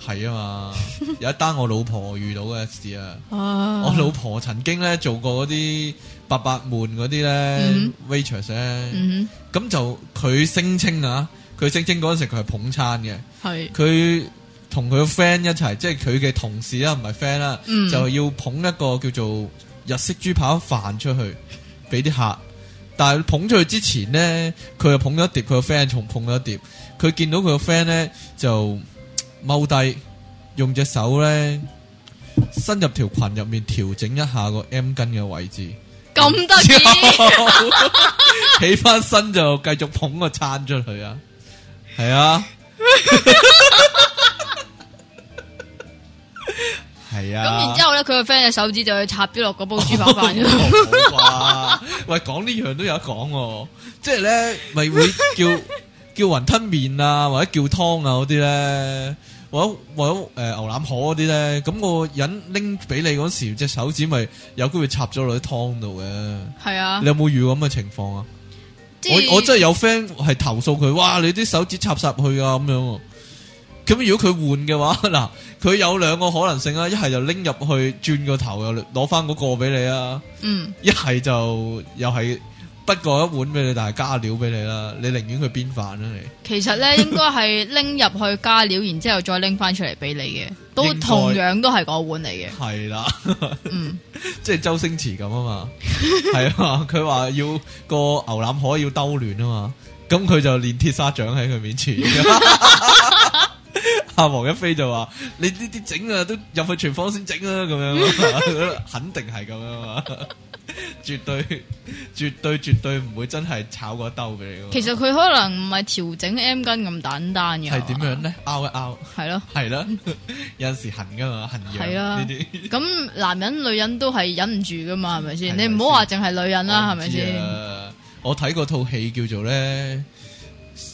S1: 係啊
S2: [LAUGHS]
S1: 嘛，有一單我老婆遇到嘅事啊。
S2: 啊，
S1: 我老婆曾經咧做過嗰啲伯伯們嗰啲咧
S2: 嗯
S1: waitress 咧，
S2: 嗯
S1: 咁就佢聲稱啊，佢聲稱嗰陣時佢係捧餐嘅，[LAUGHS]
S2: 哼係
S1: 佢同佢個 friend 一齊，即係佢嘅同事啊啦，唔係 friend 啦，
S2: 嗯
S1: 就要捧一個叫做日式豬扒飯出去俾啲客。但係捧出去之前呢，佢又捧咗一碟，佢個 friend 仲捧咗一碟。佢見到佢個 friend 呢，就嘖踎低，用隻手呢，伸入條裙入面調整一下個 M 巾嘅位置，[LAUGHS]
S2: 咁
S1: 啊
S2: 得意，
S1: 起翻身就繼續捧個餐出去啊！係啊，係啊。
S2: 咁然之後咧，佢個 friend 嘅手指就去插咗落嗰煲豬扒飯
S1: [LAUGHS]
S2: 嗰度。
S1: 哇！ [LAUGHS] 喂，講呢樣都有得講喎，即係咧，咪會叫叫雲吞麵啊，或者叫湯啊嗰啲咧，或者或者诶、呃牛腩河嗰啲咧，咁我人拎俾你嗰時，隻手指咪有機會插咗落啲湯度嘅。
S2: 係啊
S1: 你，有冇遇過咁嘅情況啊？
S2: 即係
S1: 我我真係有 friend 係投訴佢，哇！你啲手指插實去啊咁樣喎。咁如果佢換嘅話， [LAUGHS] 嗱，佢有兩個可能性啊，一係就拎入去轉個頭又攞翻嗰個俾你啊。
S2: 嗯
S1: 一系就又系不過一碗俾你，但係加料俾你啦。你寧願佢邊飯啦，你
S2: 其實咧，應該係拎入去加料，然之後再拎翻出嚟俾你嘅，都
S1: 應該
S2: 同樣都係嗰碗嚟
S1: [LAUGHS]
S2: 嘅。
S1: 係啦，
S2: 嗯，
S1: 即係周星馳咁啊嘛， [LAUGHS] 係啊嘛，佢話要個牛腩河要兜亂啊嘛，咁佢就練鐵砂掌喺佢面前。 [LAUGHS] 阿黃一飛就話：你呢啲整啊，都入去廚房先整啊，咁樣啊 [LAUGHS] 肯定係咁樣啊嘛， [LAUGHS] 絕對絕對絕對唔會真係炒個兜俾你㗎嘛。
S2: 其實佢可能唔係調整 M 巾咁簡單嘅。
S1: 係點樣？咧？拗一拗。
S2: 係咯，
S1: 系啦，有阵时痕噶嘛，痕痒
S2: 係啊
S1: 呢啲，
S2: 咁男人女人都係忍唔住噶嘛，係咪
S1: 係
S2: 先？
S1: 咪
S2: 你
S1: 先
S2: 唔好話淨係女人啦，
S1: 我
S2: 係
S1: 唔
S2: 咪
S1: 知
S2: 先？
S1: 啊？我睇過套戲叫做咧，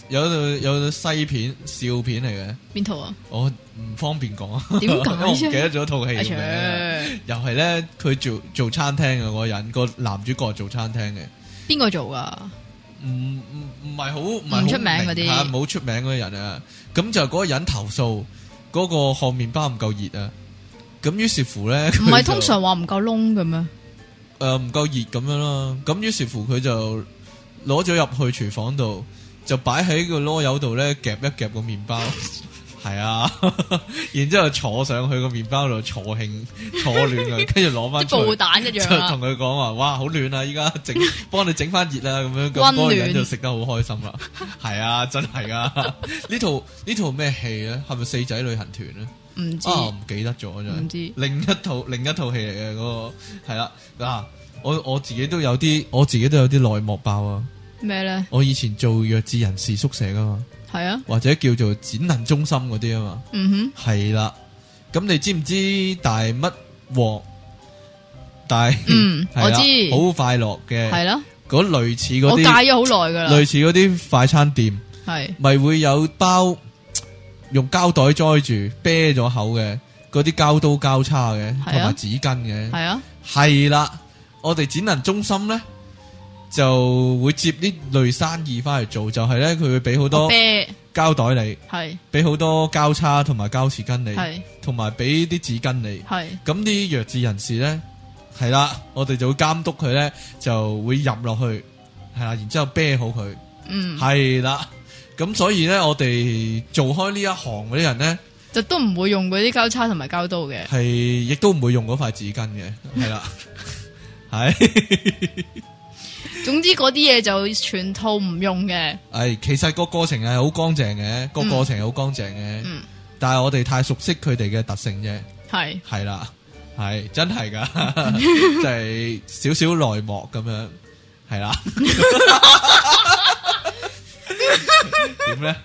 S1: 有套有套西片笑片嚟嘅，
S2: 邊套啊？
S1: 我唔方便講，因
S2: 點解
S1: [LAUGHS] 為我唔
S2: 啫
S1: 記得咗套戲
S2: 阿
S1: 嘅
S2: 卓
S1: 名，又係咧佢做做餐廳嘅嗰個人，個男主角係做餐廳嘅。
S2: 邊
S1: [LAUGHS]
S2: 個做噶？
S1: 唔唔唔係好唔係好
S2: 唔出名嗰啲
S1: 明嚇唔好出名嗰啲人啊，咁就嗰個人投訴嗰、個烘麵包唔夠熱啊，咁於是乎咧，
S2: 唔
S1: 唔
S2: 係通常話唔夠窿嘅咩？
S1: 诶呃唔夠熱咁樣啦，咁於是乎佢就
S2: [LAUGHS]
S1: 攞咗入去廚房度，就擺喺個啰柚度咧夾一夾個麵包，系啊， [LAUGHS] 然之后坐上去个麵包度坐興坐暖
S2: [LAUGHS]
S1: 佢，跟住攞翻
S2: 即係
S1: 出
S2: 布
S1: 去。
S2: 蛋一
S1: 就
S2: 樣啊
S1: 同
S2: 啦。
S1: 佢講話，哇，好暖啊！依家整幫你整翻熱啦，咁樣咁
S2: 溫
S1: 嗰個人
S2: 暖
S1: 就食得好開心啦。係啊，真係噶。呢套呢套咩戲咧？係咪四仔旅行團咧？
S2: 唔知
S1: 啊，唔記得咗真係。
S2: 唔知
S1: 另一套另一套戲嚟嘅嗰個係啦嗱，我我自己都有啲我自己都有啲內幕爆啊！
S2: 咩咧？
S1: 我以前做弱智人士宿舍噶嘛，
S2: 係啊，
S1: 或者叫做展能中心嗰啲啊嘛。
S2: 嗯
S1: 系啦，咁你知唔知大乜镬？大
S2: 嗯
S1: [LAUGHS] 係啦
S2: 我知
S1: 好快樂
S2: 哼，係
S1: 嘅，
S2: 啦，
S1: 嗰類似嗰
S2: 我啊戒
S1: 啲，
S2: 咗好耐噶啦，
S1: 類似嗰啲快餐店，
S2: 係
S1: 咪會有包用膠袋載住啤咗口嘅，嗰啲膠刀交叉嘅，
S2: 係啊
S1: 同埋紙巾嘅，
S2: 係啊，
S1: 係啦，我哋展能中心咧就會接呢類生意翻嚟做，就係咧佢會俾好
S2: 我
S1: 多
S2: 啤
S1: 膠袋你，
S2: 係
S1: 俾好多交叉同埋膠匙羹你。
S2: 係
S1: 同埋俾啲紙巾你。
S2: 係
S1: 咁啲弱智人士咧，係啦，我哋就會監督佢咧，就會入落去，係啦，然之後啤好佢，
S2: 嗯，
S1: 係啦。咁所以咧，我哋做開呢一行嗰啲人咧，
S2: 就都唔會用嗰啲交叉同埋交刀嘅。
S1: 係亦都唔會用嗰塊紙巾嘅，係
S2: [LAUGHS]
S1: 啦，係。
S2: 總之嗰啲嘢就全套唔用嘅，
S1: 係其實個過程係好乾淨嘅，個
S2: 嗯
S1: 過程係好乾淨嘅，
S2: 嗯
S1: 但係我哋太熟悉佢哋嘅特性啫。 [LAUGHS]
S2: 係
S1: 系啦，系真系噶，就
S2: [LAUGHS]
S1: 系少少内幕咁样，系啦。点咧？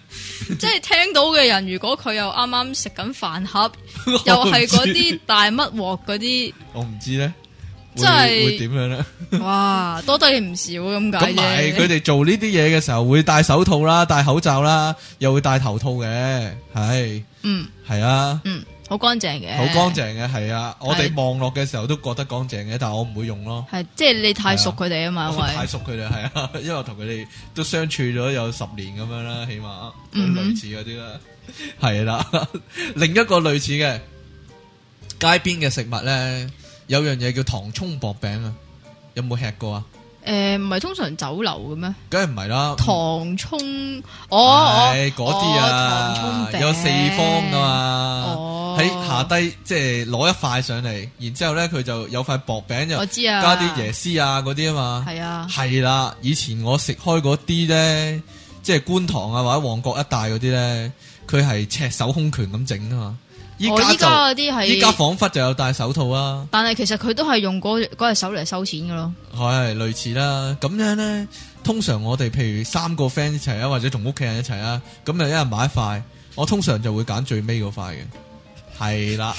S2: 即係聽到嘅人，如果佢又啱啱食緊
S1: [LAUGHS]
S2: 飯盒，又係嗰啲大乜鑊嗰啲。
S1: 我唔知咧，會
S2: 真係
S1: 会点样咧？
S2: 哇，多得你唔少咁解
S1: 咁咪
S2: 啫。
S1: 佢哋做呢啲嘢嘅时候会戴手套啦、戴口罩啦，又会戴头套嘅，系
S2: 嗯
S1: 系啊。
S2: 嗯，好乾淨嘅，
S1: 好乾淨嘅，係啊！我哋
S2: 係
S1: 望落嘅時候都覺得乾淨嘅，但係我唔會用咯。
S2: 係即係你太熟佢哋啊嘛，因
S1: 我太
S2: 為
S1: 熟佢哋係啊， [LAUGHS] 因為我同佢哋都相處咗有十年咁樣啦，起碼
S2: 嗯哼
S1: 類似嗰啲啦， [LAUGHS] 係啦。另一個類似嘅街邊嘅食物咧，有樣嘢叫糖葱薄餅啊，有冇吃過啊？
S2: 诶唔係通常酒樓嘅咩？
S1: 梗係唔係啦，
S2: 糖葱，我我
S1: 係嗰啲
S2: 哦糖
S1: 啊
S2: 葱，餅
S1: 有四方噶嘛
S2: 哦，
S1: 喺下低即係攞一塊上嚟，然之後咧佢就有塊薄餅就
S2: 我知啊，
S1: 加啲椰絲啊嗰啲啊嘛。
S2: 係啊，
S1: 系啦，以前我食開嗰啲咧，即係觀塘啊或者旺角一帶嗰啲咧，佢係赤手空拳咁整啊嘛。依
S2: 我哦
S1: 家
S2: 依家嗰啲
S1: 就依家
S2: 係，
S1: 仿佛就有戴手套啊，
S2: 但係其實佢都係用嗰嗰隻手嚟收錢嘅咯。
S1: 係類似啦。咁樣咧，通常我哋譬如三個 friend 一齊啊，或者同屋企人一齊啊，咁就一人買一塊。我通常就會揀最尾嗰塊嘅，係啦。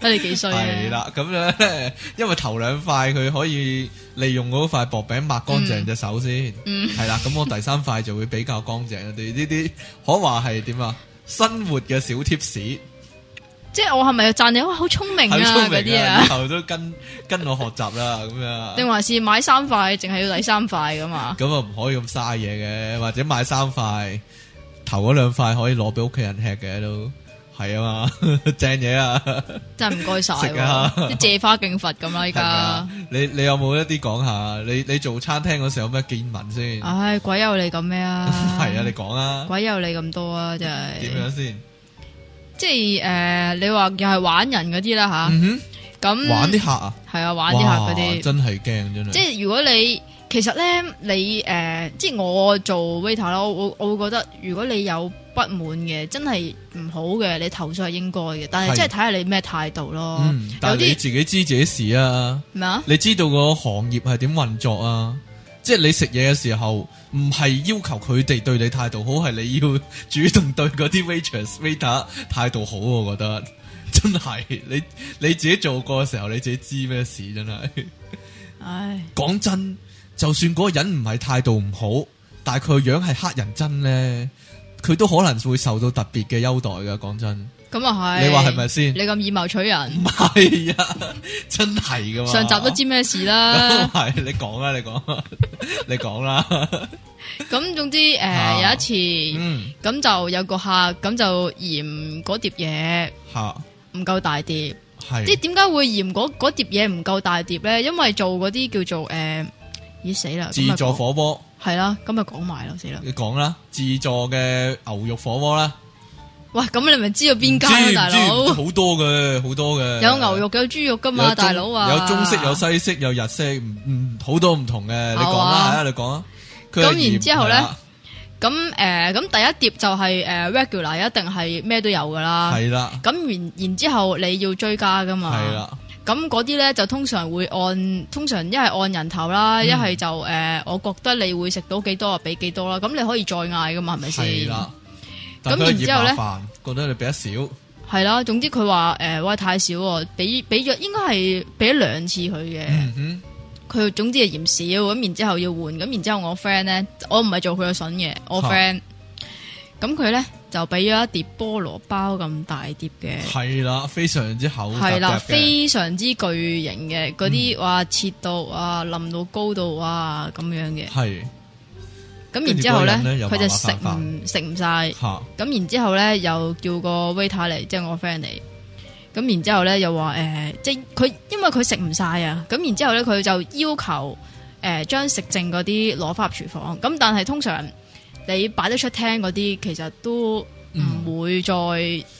S2: 得你幾衰啊
S1: 系啦，咁样咧，因為頭兩塊佢可以利用嗰塊薄餅抹乾淨隻手先，
S2: 嗯
S1: 係啦、咁我第三塊就會比較乾淨。我哋呢啲可話係點
S2: [LAUGHS]
S1: 啊？生活嘅小貼士，
S2: 即係我係咪讚你哇好聰明
S1: 好
S2: 啊
S1: 聰
S2: 嗰
S1: 明
S2: 啲
S1: 啊！以
S2: 啊？
S1: 後都跟跟我學習啦，咁樣
S2: [LAUGHS] 定還是買三塊，淨係要第三塊噶嘛？
S1: 咁啊唔可以咁嘥嘢嘅，或者買三塊，頭嗰兩塊可以攞俾屋企人吃嘅都係啊嘛， [LAUGHS] 正嘢啊！
S2: 真係唔該晒
S1: 食啊
S2: 喎，啲借花敬佛咁啦依
S1: 係咪
S2: 家
S1: 啊。你你有冇一啲講下？你你做餐廳嗰時有咩見聞先？
S2: 唉，鬼有你咁咩啊？
S1: 系啊，你講啊，
S2: 鬼有你咁多啊，真係
S1: 點。樣先？
S2: 即係诶、呃你話又係玩人嗰啲啦吓，
S1: 嗯哼，
S2: 咁
S1: 玩啲客啊，
S2: 係啊，玩啲客嗰
S1: 哇
S2: 啲。
S1: 真係驚真係。
S2: 即係如果你其實咧，你诶、呃即係我做 waiter 啦，我我我會覺得如果你有不滿嘅，真係唔好嘅，你投訴係應該嘅，但
S1: 係
S2: 係真係睇下你咩態度咯。
S1: 嗯，但
S2: 有
S1: 係你
S2: 啲
S1: 自己知自己事啊，
S2: 咩啊？
S1: 你知道個行業係點運作啊？即係你食嘢嘅時候，唔係要求佢哋對你態度好，係你要 [LAUGHS] 主動對嗰啲 waitress waiter 態度好，我覺得 [LAUGHS] 真係你你自己做過嘅時候，你自己知咩事真係。 [LAUGHS]
S2: 唉，
S1: 講真，就算嗰個人唔係態度唔好，但係佢個樣係黑人憎咧，佢都可能會受到特別嘅優待㗎。講真， [LAUGHS]
S2: 咁啊係。
S1: 你話係咪先
S2: 你咁以貌取
S1: [LAUGHS]
S2: 人，
S1: 係啊，真係噶嘛。
S2: 上集都知咩事
S1: [LAUGHS]
S2: 啦。
S1: 係你講啊啦，你講， [LAUGHS] 你講啦。
S2: 咁總之诶、
S1: 啊
S2: 呃有一次。
S1: 嗯，
S2: 咁就有個客咁就嫌嗰碟
S1: 吓
S2: 嘢唔夠大碟，即
S1: 係
S2: 係點解會嫌嗰嗰碟嘢唔夠大碟咧？因為做嗰啲叫做诶、呃咦死啦！
S1: 自助嗯火鍋，
S2: 系啦，咁咪講埋啦，死啦！
S1: 你講啦，自助嘅牛肉火鍋啦，
S2: 喂，咁你咪知道邊間啊
S1: 知唔
S2: 啦，大
S1: 知
S2: 佬？
S1: 好多嘅，好多嘅，
S2: 有牛肉有豬肉噶
S1: 有
S2: 嘛，
S1: 中
S2: 大佬啊！
S1: 有中式有西式有日式，唔唔好多唔同嘅，你
S2: 係
S1: 講啦，
S2: 嘛
S1: 係啊，你講啊。佢
S2: 咁
S1: 係
S2: 然之後咧
S1: 鹽係啦
S2: 咁诶，咁、第一碟就係呃 regular，一定係咩都有噶啦。
S1: 係啦，
S2: 咁然然之後你要追加噶嘛？
S1: 係啦，
S2: 咁嗰啲咧就通常會按，通常一係按人頭啦，
S1: 嗯
S2: 一係就诶，呃我覺得你會食到幾多啊，俾幾多啦。咁你可以再嗌噶嘛，係咪先？
S1: 係啦。但
S2: 咁
S1: 佢係
S2: 然之後呢
S1: 嫌麻煩，覺得你俾得少，
S2: 係啦，總之佢話诶，呃喂太少喎，俾俾咗應該係俾咗兩次佢嘅。
S1: 嗯
S2: 佢總之係嫌少，咁然之後要換，咁然之後我 friend 咧，我唔係做佢嘅筍嘅，我
S1: 嚇
S2: friend，咁佢咧就俾咗一碟菠蘿包咁大碟嘅
S1: 哼，，係啦，非常之厚，
S2: 係啦，
S1: 夾嗯夾嘅
S2: 非常之巨型嘅，嗰啲哇切到啊冧到高度哇咁樣嘅，
S1: 係
S2: 咁
S1: 跟
S2: 然
S1: 住
S2: 之後咧
S1: 嗰個人呢又
S2: 佢就
S1: 麻麻
S2: 食
S1: 煩煩
S2: 唔食唔晒，
S1: 嚇，
S2: 咁然之後咧又叫個 waiter 嚟，即係我 friend 嚟。咁然之後咧又話誒、呃即係佢因為佢食唔晒啊，咁然之後咧佢就要求誒將、食剩嗰啲攞翻入廚房。咁但係通常你擺得出廳嗰啲，其實都
S1: 嗯
S2: 唔會再、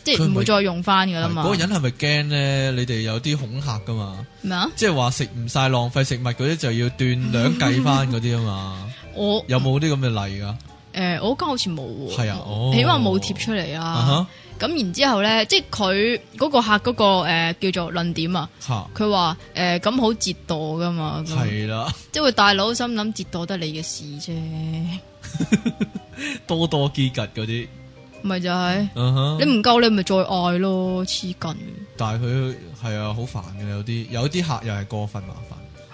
S2: 即係
S1: 佢唔
S2: 唔
S1: 係
S2: 會再用翻噶啦
S1: 係
S2: 嘛
S1: 嗰個。人係咪驚咧？你哋有啲恐嚇噶嘛？
S2: 咩啊？
S1: 即係話食唔晒浪費食物嗰啲就要斷兩計翻嗰啲啊
S2: 嗯
S1: 嘛，
S2: 我誒、
S1: 有冇啲咁嘅例噶？
S2: 呃我間好似冇喎，
S1: 係啊哦
S2: 起碼冇貼出嚟啊。
S1: 啊
S2: 咁、然之後咧，即係佢嗰個客嗰、個、呃、叫做論點啊，
S1: 哈
S2: 佢話誒咁好折墮噶嘛。咁
S1: 嚇，係啦，
S2: 即係會大佬心諗折墮得你嘅事啫，
S1: 多多機吉嗰啲，
S2: 咪就係
S1: 嗯哼
S2: 你唔夠你咪再嗌咯，黐筋
S1: 但係佢係啊，好煩嘅有啲，有啲客又係過分麻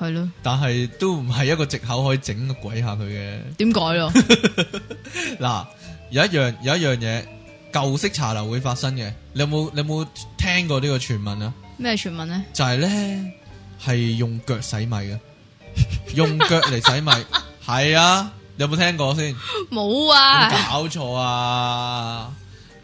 S1: 煩，
S2: 係咯，
S1: 但係都唔係一個藉口可以整個鬼下佢嘅。
S2: 點改啊
S1: [LAUGHS]
S2: 咯？
S1: 嗱，有一樣有一樣嘢，舊式茶樓會發生嘅，你有冇你有冇聽過呢個傳聞啊？
S2: 咩傳聞咧？
S1: 就係咧係用腳洗米嘅， [LAUGHS] 用腳嚟洗米，係啊，你有冇聽過先？
S2: 冇
S1: 有冇
S2: 啊，
S1: 搞錯啊！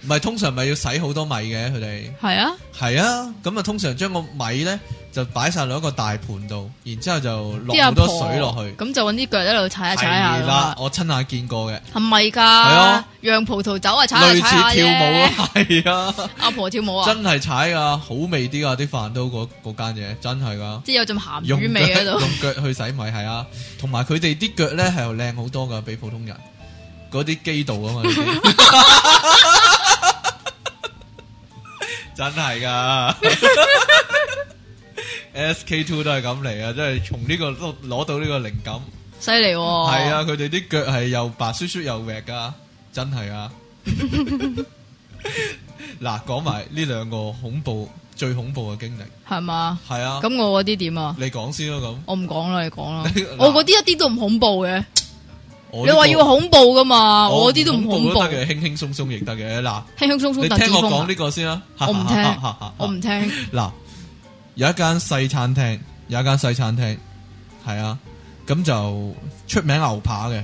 S1: 唔係通常咪要洗好多米嘅，佢哋
S2: 係啊，
S1: 係啊，咁啊通常將個米咧就擺晒落一個大盤度，然之後就
S2: 啲
S1: 落
S2: 阿
S1: 好多
S2: 婆
S1: 水落去，
S2: 咁就揾啲腳喺度踩下踩下啊
S1: 係啦
S2: 啦，，
S1: 我親眼見過嘅，
S2: 係咪㗎？
S1: 啊，
S2: 釀葡萄酒啊，踩下
S1: 類
S2: 踩下
S1: 似跳舞
S2: 啫，
S1: 啊， [LAUGHS] 係啊。
S2: 阿婆跳舞啊，
S1: 真係踩噶，好味啲噶啲飯都嗰嗰間嘢，真係噶。
S2: 即係有陣鹹
S1: 用
S2: 魚味喺
S1: 腳
S2: 度，
S1: 用腳去洗米係啊，同埋佢哋啲腳咧係靚好多噶，比普通人嗰啲基度啊嘛，
S2: [LAUGHS]
S1: 呢啲真係噶。S K Two 都係咁嚟啊，即係從呢個攞攞到呢個靈感。
S2: 犀利喎。
S1: 係啊，，佢哋啲腳係又白雪雪又滑噶，真係
S2: [LAUGHS]
S1: 啊！嗱，講埋呢兩個恐怖最恐怖嘅經歷，
S2: 係嘛？
S1: 係啊，
S2: 咁我嗰啲點啊？
S1: 你講先咯咁。。
S2: 我唔講啦，你講啦
S1: [LAUGHS]
S2: 我嗰啲一啲都唔恐怖嘅，
S1: 我
S2: 你
S1: 呢個
S2: 話要恐怖㗎嘛？啊我嗰啲都唔
S1: 我
S2: 恐怖
S1: 都，得嘅，輕輕鬆鬆亦得嘅。嗱，
S2: 輕輕鬆鬆
S1: 你
S2: 鄧
S1: 聽
S2: 子
S1: 我
S2: 峰啊
S1: 講呢個先啦。
S2: 我唔聽，我
S1: 我
S2: 唔聽。
S1: 嗱，有一間西餐廳，有一間西餐廳，係啊，咁就出名牛扒嘅。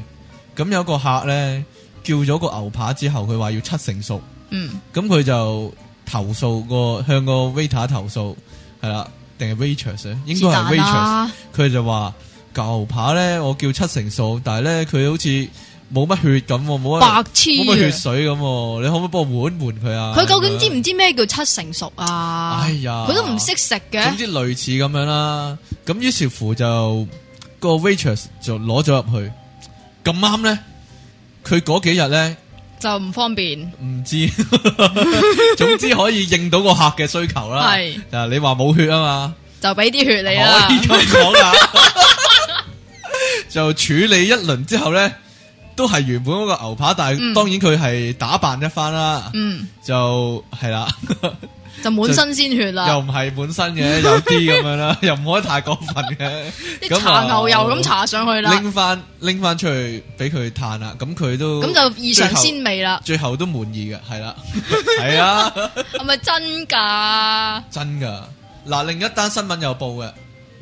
S1: 咁有個客咧叫咗個牛扒之後，佢話要七成熟。
S2: 嗯，
S1: 咁佢就投訴個向個 waiter 投訴，係啦，定係 waitress 咧？應該係
S2: 是但
S1: waitress。
S2: 啦，
S1: 佢就話牛扒咧，我叫七成數，但係咧佢好似冇乜血咁喎，冇乜
S2: 白痴
S1: 冇乜血
S2: 啊！
S1: 水咁喎，你可唔可以幫我換一換佢啊？
S2: 佢究竟知
S1: 唔？
S2: 唔知咩叫七成熟啊？
S1: 哎呀，
S2: 佢都唔識食
S1: 總
S2: 嘅，
S1: 之類似咁樣啦，咁於是乎就、個 waitress 就攞咗入去，咁啱咧，佢嗰幾日咧。
S2: 就唔方便。
S1: 唔
S2: [LAUGHS]
S1: 知，總之可以應到個客嘅需求啦。
S2: 係
S1: 嗱，你話冇血啊嘛，
S2: 就俾啲血
S1: 可 [LAUGHS]
S2: 你啊啦
S1: 以，咁講
S2: [LAUGHS]
S1: 啦。就處理一輪之後咧，都係原本嗰個牛扒，但係
S2: 嗯
S1: 當然佢係打扮一番啦，
S2: 嗯，
S1: 就係啦，
S2: 就滿身鮮血
S1: [LAUGHS] 又
S2: 啦，
S1: 唔係本身
S2: [LAUGHS]
S1: 嘅，有啲咁樣啦， [LAUGHS] 又唔可以太過分嘅。啊
S2: 啲搽牛油咁搽上去啦，
S1: 拎翻拎翻出去俾佢嘆啦，咁佢都
S2: 咁就異常鮮味啦，
S1: 最後都滿意嘅，係
S2: [LAUGHS]
S1: 啦，係啊。
S2: 係咪真㗎？
S1: 真噶。嗱，另一單新聞有報嘅，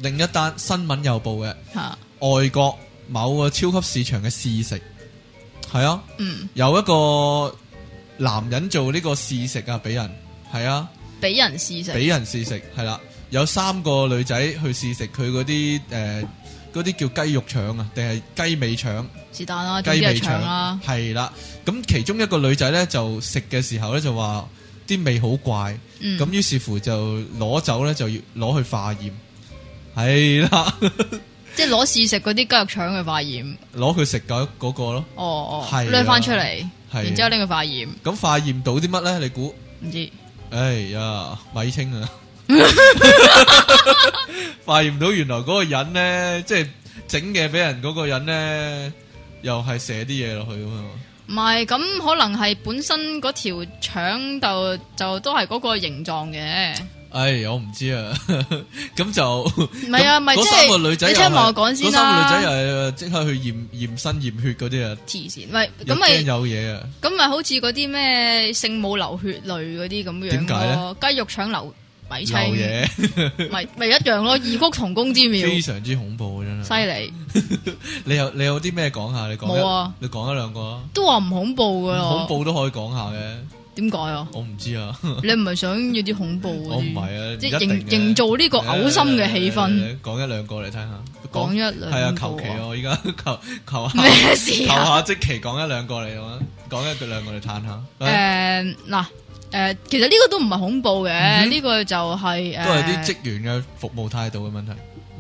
S1: 另一單新聞有報嘅，
S2: 吓，
S1: 外國某個超級市場嘅試食，係啊，
S2: 嗯，
S1: 有一個男人做呢個試食啊，俾人係啊，
S2: 俾人試食，
S1: 俾人試食係啦、有三個女仔去試食佢嗰啲誒呃嗰啲叫雞肉腸啊，定係雞尾腸？
S2: 是但啦，總
S1: 雞
S2: 之
S1: 尾
S2: 係啊腸啊啦
S1: 腸，係啦。咁其中一個女仔咧就食嘅時候咧就話啲味好怪，
S2: 嗯，
S1: 咁於是乎就攞走咧就要攞去化驗，係啦， [LAUGHS]
S2: 即係攞試食嗰啲雞肉腸去化驗，
S1: 攞佢食嗰嗰個咯。
S2: 哦哦，
S1: 係啊
S2: 掠翻出嚟，
S1: 係
S2: 然之後拎去化驗，
S1: 咁化驗到啲乜咧？你估？
S2: 唔知
S1: 哎呀，米清
S2: [LAUGHS]
S1: 啊！發現唔到原來嗰個人咧，即係整嘅俾人嗰個人咧，又係寫啲嘢落去咁樣。
S2: 唔係咁可能係本身嗰條腸就就都係嗰個形狀嘅，
S1: 哎，我唔知啊， [LAUGHS] 咁就
S2: 唔係啊，
S1: 咁
S2: 咪即
S1: 嗰三個
S2: 係
S1: 女仔
S2: 你
S1: 又
S2: 聽
S1: 係，
S2: 埋我講
S1: 嗰
S2: 先啦
S1: 三個女仔又係即刻去驗驗身驗血嗰啲啊，
S2: 黐線，咪
S1: 又
S2: 咁
S1: 驚
S2: 咪
S1: 有嘢啊！
S2: 咁咪好似嗰啲咩聖母流血淚嗰啲咁
S1: 點
S2: 樣
S1: 解
S2: 咯，雞肉腸流米
S1: 有
S2: 青，
S1: 嘢，
S2: 咪咪一樣咯，異曲同工之妙，
S1: 非常之恐怖啊真
S2: 犀
S1: 係。
S2: 利，
S1: 你有你有啲咩講下？你講
S2: 冇啊
S1: 一，你講一兩個啊，
S2: 都話唔恐怖噶
S1: 恐
S2: 咯，
S1: 怖都可以講下嘅。
S2: 點解啊？
S1: 我唔知啊。
S2: 你唔係想要啲恐怖
S1: 我
S2: 嗰
S1: 唔
S2: 啲
S1: 係？啊，
S2: 即
S1: 係
S2: 係營營造呢個嘔心嘅氣氛。。
S1: 講一兩個嚟聽下，
S2: 講一兩個啊
S1: 係啊，求其啊我依家 [LAUGHS] 求求下
S2: 咩事
S1: 求
S2: 啊？
S1: 下即期講一兩個嚟啊，講一句兩個嚟嘆下，啊
S2: 誒嗱誒，其實呢個都唔係恐怖嘅，呢個就係誒，
S1: 嗯都係啲職員嘅服務態度嘅問題。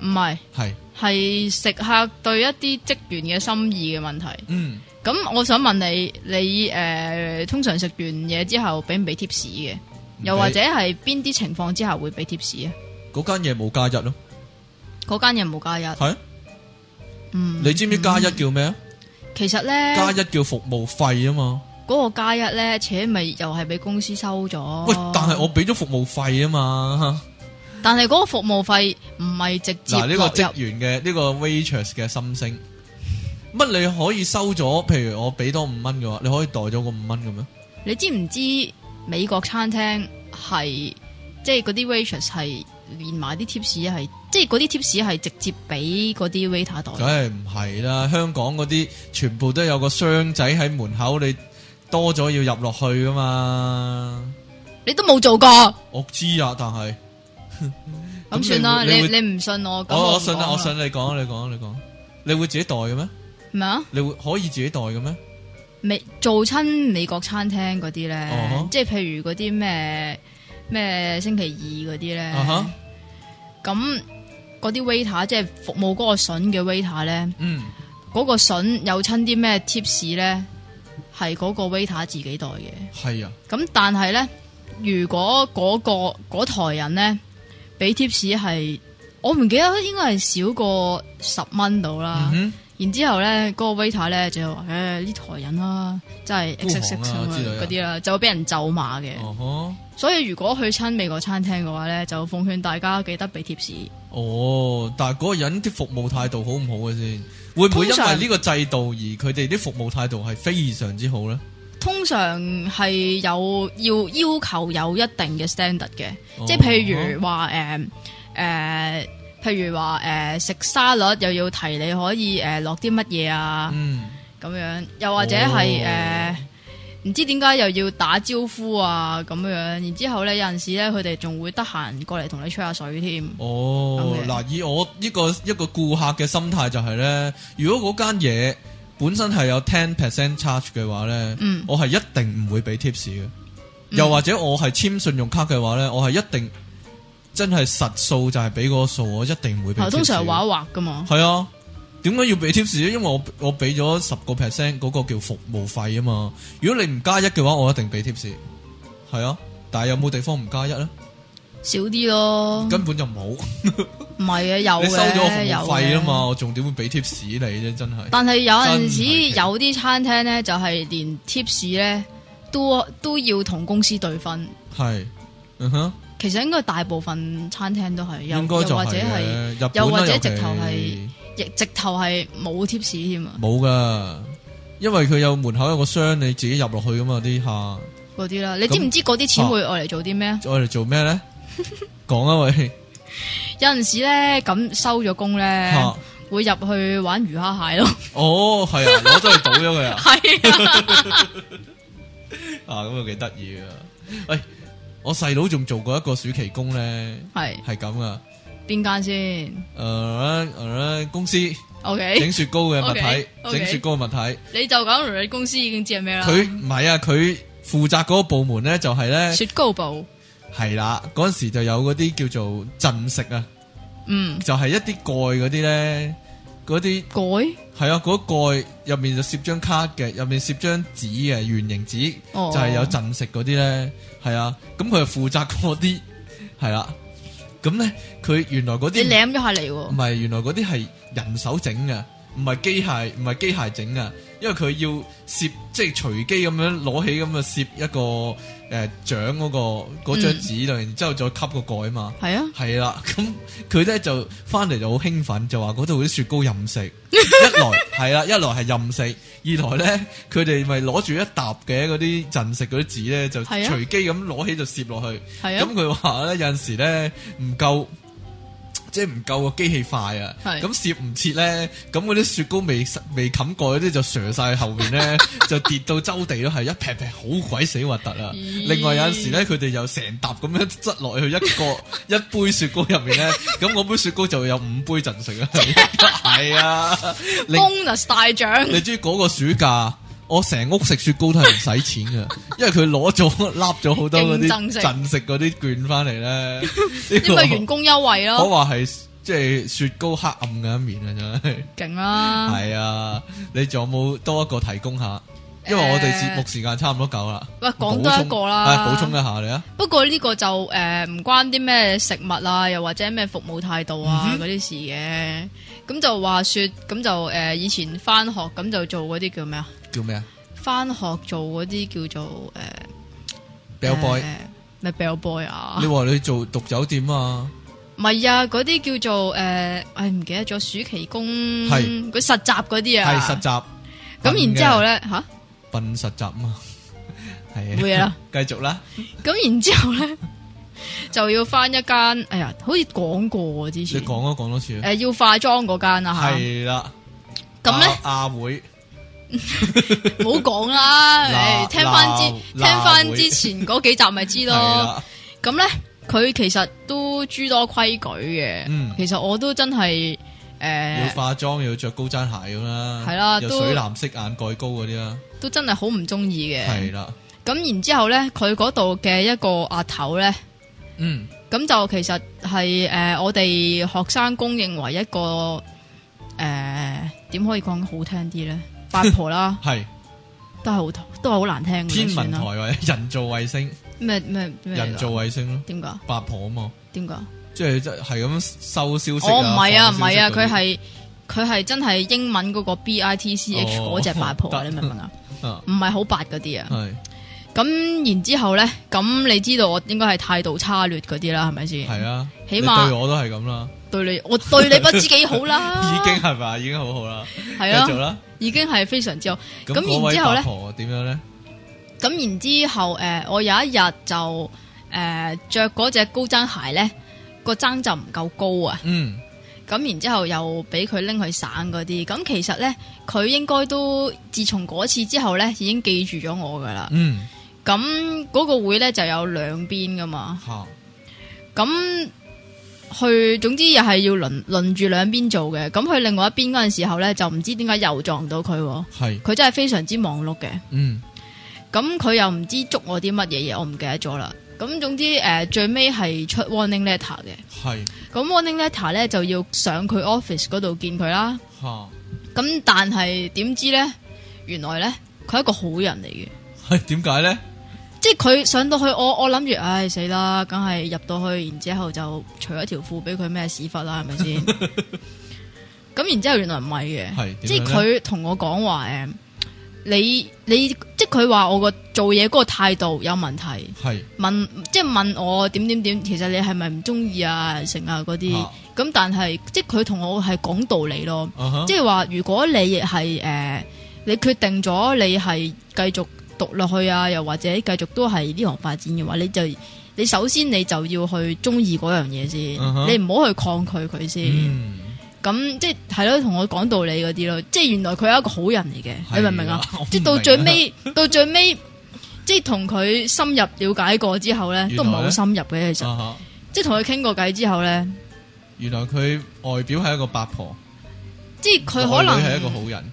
S2: 唔係
S1: 係，
S2: 係食客對一啲職員嘅心意嘅問題。
S1: 嗯，
S2: 咁我想問你，你誒通常食完嘢之後俾唔俾貼士嘅？又或者係邊啲情況之下會俾貼士啊？
S1: 嗰間嘢冇加一咯，
S2: 嗰間嘢冇加一，
S1: 係啊
S2: 嗯，
S1: 你知唔知加一叫咩啊？
S2: 其實咧
S1: 加一叫服務費啊嘛。
S2: 嗰個加一咧，且咪又係俾公司收咗。
S1: 喂，但係我俾咗服務費啊嘛。
S2: 但係嗰個服務費唔係直接
S1: 嗱，呢個
S2: 落入
S1: 職員嘅呢個 waitress 嘅心聲，乜你可以收咗？譬如我俾多五蚊嘅話，你可以袋咗個五蚊嘅咩？
S2: 你知唔知美國餐廳係即係嗰啲 waitress 係連埋啲 tips 係，即係嗰啲 tips 係直接俾嗰啲 waiter
S1: 梗
S2: 袋。
S1: 係唔係啦，香港嗰啲全部都有個箱仔喺門口，你多咗要入落去噶嘛？
S2: 你都冇做過，
S1: 我知啊，但係
S2: 咁算啦。
S1: 你
S2: 你
S1: 會哦
S2: 你唔信我，咁
S1: 我
S2: 唔
S1: 我信
S2: 講
S1: 啦，我信你講，你講，你講，你會自己袋嘅咩？
S2: 咩啊？
S1: 你會可以自己袋嘅咩？
S2: 美做親美國餐廳嗰啲咧
S1: 哦哈
S2: 即係譬如嗰啲咩咩星期二嗰啲咧
S1: 啊哈，
S2: 咁嗰啲 waiter 即係服務嗰個筍嘅 waiter 咧。
S1: 嗯，
S2: 嗰個筍有親啲咩 tips 咧，係嗰個 waiter 自己袋嘅。
S1: 係啊，
S2: 咁但係咧，如果嗰、個嗰台人咧俾 tips 係，我唔記得應該係少過十蚊到啦。
S1: 嗯
S2: 然之後咧，嗰、個 waiter 咧就話：誒、呢台人啦、真係
S1: 孤
S2: X
S1: 寒
S2: X
S1: 啊
S2: X 咁
S1: 之類
S2: 樣
S1: 啊
S2: 嗰啲啦，就會俾人咒罵嘅。
S1: 哼，哦
S2: 所以如果去親美國餐廳嘅話咧，就奉勸大家記得俾 tips。
S1: 呵，哦，但係嗰個人啲服務態度好唔好嘅先？會唔會因
S2: 通
S1: 為
S2: 常
S1: 呢個制度而佢哋啲服務態度係非常之好咧？
S2: 通常係有要要求有一定嘅 standard 嘅。
S1: 哦
S2: 即係譬如話誒誒，譬如話誒、食沙律又要提你可以誒落啲乜嘢啊
S1: 嗯，
S2: 咁樣，又或者係
S1: 哦
S2: 誒唔知點解又要打招呼啊咁樣，然之後咧有陣時咧佢哋仲會得閒過嚟同你吹下水添，
S1: 哦，
S2: 咁嘅
S1: 嗱，以我呢個一個顧客嘅心態就係咧，如果嗰間嘢本身係有 ten percent charge 嘅話咧，
S2: 嗯
S1: 我係一定唔會俾 tips 嘅。又或者我係簽信用卡嘅話咧，我係一定真係實數就係俾嗰個數，我一定唔會俾
S2: 係
S1: tips 嘅。
S2: 哦通常係畫一畫噶嘛，
S1: 係啊，點解要俾 tips 咧？因為我我俾咗十個 percent 嗰個叫服務費啊嘛。如果你唔加一嘅話，我一定俾 tips。係啊，但係有冇地方唔加一咧？
S2: 少啲咯，
S1: 根本就冇。
S2: 唔係嘅有
S1: 你收咗我服
S2: 嘅有
S1: 務費啊
S2: 嘅
S1: 嘛，我仲點會俾 tips 你啫？真係
S2: 但係有陣
S1: 真係
S2: 時
S1: 奇
S2: 有啲餐廳咧，就係連 tips 咧都都要同公司對分。
S1: 係，嗯哼，
S2: 其實應該大部分餐廳都係，又
S1: 應該就
S2: 又或者
S1: 係
S2: 係
S1: 嘅日本啦啊
S2: 又或者
S1: 尤其
S2: 直頭係亦直頭係冇 tips 添啊，
S1: 冇噶，因為佢有門口有個箱，你自己入落去噶嘛啲客。
S2: 嗰啲啦。你知唔知嗰啲錢會愛嚟做啲咩啊？
S1: 我哋做咩
S2: [LAUGHS]
S1: 咧？講啊喂，
S2: 有陣時咧咁收咗工咧，
S1: 吓
S2: 會入去玩魚蝦
S1: [LAUGHS]
S2: 蟹咯。
S1: 哦係啊， [LAUGHS] 攞咗去賭咗佢啊，
S2: 係啊，
S1: 啊咁又幾得意啊！喂，我細佬仲做過一個暑期工咧，
S2: 係
S1: 係咁噶，
S2: 边间先
S1: 诶诶，公司
S2: ？OK，
S1: 整雪糕嘅物體，
S2: OK，OK
S1: 整雪糕嘅物體。
S2: 你就咁同你公司已经知系咩啦。
S1: 佢唔係啊，佢負責嗰個部門咧就係咧
S2: 雪糕部，
S1: 係啦，嗰阵时就有嗰啲叫做鎮食啊，
S2: 嗯，
S1: 就係一啲蓋嗰啲咧，嗰啲
S2: 改
S1: 係啊，嗰蓋入面就攝張卡嘅，入面攝張紙嘅圓形紙，
S2: 哦
S1: 就係有鎮食嗰啲咧，係啊，咁佢就負責嗰啲係啦，咁咧佢原來嗰
S2: 你
S1: 啲
S2: 舐咗下嚟
S1: 唔
S2: 喎，
S1: 係，原來嗰啲係人手整嘅，唔係機械，唔係機械整嘅，因為佢要攝，即係隨機咁樣攞起咁啊，攝一個誒、呃、獎嗰、
S2: 嗯
S1: 個嗰張紙度，然之後再吸個蓋嘛。
S2: 系啊，
S1: 係啦，咁佢咧就翻嚟就好興奮，就話嗰度啲雪糕任食，一來係
S2: [LAUGHS]
S1: 啦，一來係任食，二來咧佢哋咪攞住一沓嘅嗰啲陣食嗰啲紙咧，就
S2: 係啊
S1: 隨機咁攞起就攝落去。
S2: 系啊
S1: 咁，佢話咧有阵时咧唔夠，即係唔夠個機器快啊，
S2: 係
S1: 咁攝唔切咧，咁嗰啲雪糕未未冚蓋嗰啲就射晒後面
S2: [LAUGHS]
S1: 咧，就跌到周地都係一劈劈好鬼死核突啊！
S2: 咦
S1: 另外有阵时咧，佢哋又成沓咁樣擠落去一個 [LAUGHS] 一杯雪糕入面咧，咁嗰杯雪糕就有五杯陣食啊， [LAUGHS] 係啊，另
S2: bonus 大奖，
S1: 你知嗰個暑假，我成屋食雪糕都係唔使錢
S2: [LAUGHS]
S1: 嘅，因為佢攞咗笠咗好多嗰啲
S2: 勁贈食
S1: 贈食嗰啲券翻嚟咧。
S2: [LAUGHS] 因
S1: 呢
S2: 为员工优惠
S1: 個我
S2: 咯，
S1: 話係即係雪糕黑暗嘅一面啊，真係。
S2: 劲啦，
S1: 係啊，你仲有冇多一個提供下？因為我哋節目時間差唔多夠啦。
S2: 呃喂講多一個啦
S1: 係補充一下你啊。
S2: 不過呢個就诶唔、關啲咩食物啊，又或者咩服務態度
S1: 嗯
S2: 啊嗰啲、事嘅。咁就話说，咁就诶、呃以前翻學咁就做嗰啲叫咩啊？
S1: 叫咩啊
S2: 翻學做嗰啲叫做诶、呃、
S1: ？Bell boy，
S2: 呃咪 bell boy 啊
S1: 你？話你做讀酒店啊？
S2: 唔係啊，嗰啲叫做诶，唉、唔記得咗暑期工，
S1: 係
S2: 嗰實習嗰啲
S1: 係實
S2: 啊。
S1: 習。
S2: 咁然之後咧吓，
S1: 笨嘅，笨實習啊嘛。係啊。
S2: 冇嘢啦。
S1: [LAUGHS] 繼續啦。
S2: 咁然之後咧 [LAUGHS] 就要翻一間，哎呀，好似講過喎之
S1: 你
S2: 前，
S1: 講啊，講多次啊
S2: 诶、。要化妝嗰間啊吓。
S1: 系啦，啊
S2: 咁咧。
S1: 亚会
S2: 唔好講啦，
S1: 嗱
S2: 唉聽翻之
S1: 嗱
S2: 聽翻
S1: 會
S2: 之前嗰幾集咪知
S1: 系
S2: 咯。
S1: 啦，
S2: 咁咧，佢其實都諸多規矩嘅。
S1: 嗯
S2: 其實我都真係
S1: 要
S2: 诶，
S1: 化妝，又要着高踭鞋咁啦，
S2: 係啦
S1: 有
S2: 都
S1: 水藍色眼蓋高嗰啲啦，
S2: 都真係好唔中意嘅。
S1: 係啦，
S2: 咁然之后咧，佢嗰度嘅一個阿頭咧，
S1: 嗯，，
S2: 咁就其實係诶我哋學生公認為一個诶點可以講好聽啲咧？八婆啦
S1: 係
S2: 都係好都係好難聽嘅。
S1: 天文台
S2: 算啦
S1: 或者人造衛星，
S2: 咩咩啊咩嚟㗎？
S1: 人造衛星咯，
S2: 點解？
S1: 八婆啊嘛，
S2: 點解？
S1: 即係即係咁收消息
S2: 我唔係啊，唔
S1: 放消息
S2: 係啊，
S1: 嗰啲
S2: 佢係佢係真係英文嗰個 B I T C H
S1: 哦
S2: 嗰只八婆啊，
S1: 得
S2: 你明唔明啊？
S1: 啊
S2: 唔係好白嗰啲啊。
S1: 係
S2: 咁然之後咧，咁你知道我應該係態度差劣嗰啲啦，係咪先？
S1: 係啊，
S2: 起
S1: 你
S2: 碼
S1: 對我都係咁啦，
S2: 對你，我對你不知幾好
S1: [LAUGHS]
S2: 啦，
S1: 已經係咪？啊已經好好啦，
S2: 係
S1: 繼續
S2: 啊，
S1: 啦，
S2: 已經係非常之好。
S1: 咁
S2: 咁
S1: 嗰
S2: 然
S1: 位
S2: 之後呢
S1: 八婆點樣咧？
S2: 咁然之後，誒，我有一日就誒著嗰只高踭鞋咧，個踭就唔夠高啊。
S1: 嗯，
S2: 咁然之後又俾佢拎去省嗰啲，咁其實呢，佢應該都自從嗰次之後呢，已經記住咗我噶啦。
S1: 嗯，
S2: 咁嗰個會呢，就有兩邊噶嘛，
S1: 吓，
S2: 咁去總之又係要輪輪住兩邊做嘅。咁去另外一邊嗰陣時候呢，就唔知點解又撞到佢喎，
S1: 係，
S2: 佢真係非常之忙碌嘅。
S1: 嗯，
S2: 咁佢又唔知捉我啲乜嘢嘢，我唔記得咗啦。咁總之誒、呃最尾係出 warning letter 嘅。
S1: 係，
S2: 咁 warning letter 呢，就要上佢 office 嗰度見佢啦。
S1: 吓，
S2: 咁但系點知咧？原來咧佢係一個好人嚟嘅，
S1: 係點解咧？
S2: 即係佢上到去我我諗住，唉死啦，梗係入到去，然之後就除咗條褲俾佢咩屎忽啦，係咪
S1: [LAUGHS]
S2: 先？咁然之後原來唔係嘅，
S1: 啊係，點
S2: 即
S1: 樣
S2: 係
S1: 呢
S2: 佢同我講話诶，誒你你即係佢話我個做嘢嗰個態度有問題，
S1: 係，
S2: 問即係問我點點點，其實你係咪唔中意啊成啊嗰啲，
S1: 啊
S2: 咁但係即係佢同我係講道理咯。
S1: 啊哈
S2: 即系话，如果你系诶、呃你決定咗你係繼續讀落去啊，又或者繼續都係呢行發展嘅話，你就你首先你就要去中意嗰樣嘢先
S1: 嗯哼
S2: 你唔好去抗拒佢先。
S1: 嗯。
S2: 咁、即係係咯，同我講道理嗰啲咯，即係原來佢係一個好人嚟嘅，你明唔明啊？
S1: 係啊？
S2: 即
S1: [LAUGHS]
S2: 係
S1: 我唔
S2: 到
S1: 明
S2: 最
S1: 啊
S2: 尾，到最尾，即係同佢深入了解過之後咧，
S1: 原來
S2: 都唔係
S1: 呢
S2: 好深入嘅，其
S1: [LAUGHS]
S2: 實
S1: 啊哈
S2: 即係同佢傾過偈之後咧，
S1: 原來佢外表係一個八婆，
S2: 即係佢可能
S1: 係一個好人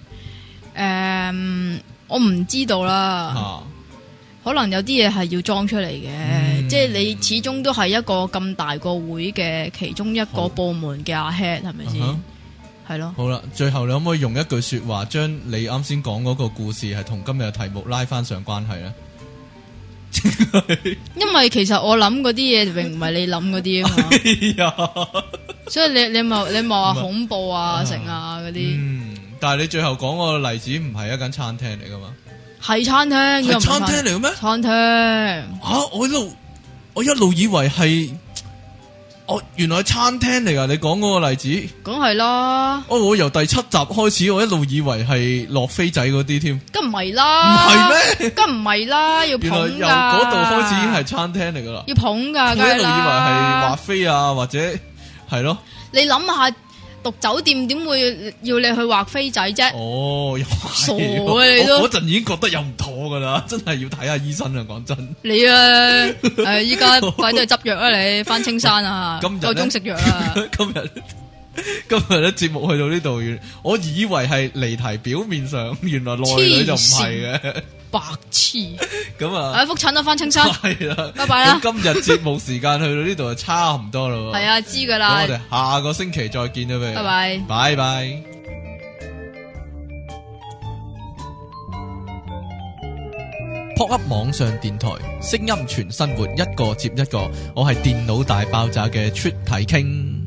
S2: 诶、我唔知道啦。
S1: 啊，
S2: 可能有啲嘢係要裝出嚟嘅，
S1: 嗯
S2: 即係你始終都係一個咁大個會嘅其中一個
S1: 好
S2: 部門嘅阿 head 係咪先
S1: 啊哈？
S2: 係咯，
S1: 好啦，最後你可唔可以用一句说話，將你啱先講嗰個故事係同今日嘅題目拉翻上關係咧？
S2: 因為其實我諗嗰啲嘢並唔係你諗嗰啲
S1: [LAUGHS]
S2: 啊嘛，
S1: [LAUGHS] 哎呀，
S2: 所以你你咪你咪話
S1: 唔係
S2: 恐怖
S1: 啊
S2: 啊成啊嗰啲
S1: 嗯，但係你最後講個例子唔係一間餐廳嚟噶嘛？
S2: 係餐廳嘅，
S1: 係
S2: 唔係
S1: 餐廳嚟嘅咩？
S2: 餐廳
S1: 吓、我一路我一路以為係哦，原來係餐廳嚟噶。你講嗰個例子，
S2: 梗係啦，
S1: 哦，我由第七集開始，我一路以為係落飛仔嗰啲添，唔
S2: 梗唔係啦，
S1: 係咩？
S2: 梗唔係啦，要捧
S1: 原
S2: 噶，
S1: 來由嗰度開始已經係餐廳嚟噶啦。
S2: 要捧噶，
S1: 我一
S2: 啊梗
S1: 路以為係
S2: 係啦
S1: 華。飛啊，或者係咯，
S2: 你諗下讀酒店點會要你去畫飛仔啫？
S1: 哦，又傻
S2: 傻嘅你都
S1: 嗰陣已經覺得有唔妥噶啦，真係要睇下醫生啊！講真，
S2: 你啊， [LAUGHS] 诶，依家快啲去執藥啊！你翻青山啊，
S1: 今日
S2: 夠
S1: 咧
S2: 鐘食藥啊啦。
S1: [LAUGHS] 今日今日咧節目去到呢度，原我以為係離題，表面上原來內裏就唔係嘅，
S2: 白痴，
S1: 咁啊
S2: 啊，覆診啦，
S1: [LAUGHS]
S2: 翻 [LAUGHS] 青山，
S1: 係啦，
S2: 拜拜啦
S1: 咁今日節目時間去到呢度就差唔多啦喎，
S2: 啊係啊，知噶
S1: 咁
S2: 啦
S1: 我，哋下個星期再見啦，
S2: 拜
S1: 拜
S2: 拜。
S1: 拜拜。撲 up 網上電台，聲音全生活，一個接一個。我係電腦大爆炸嘅出體傾。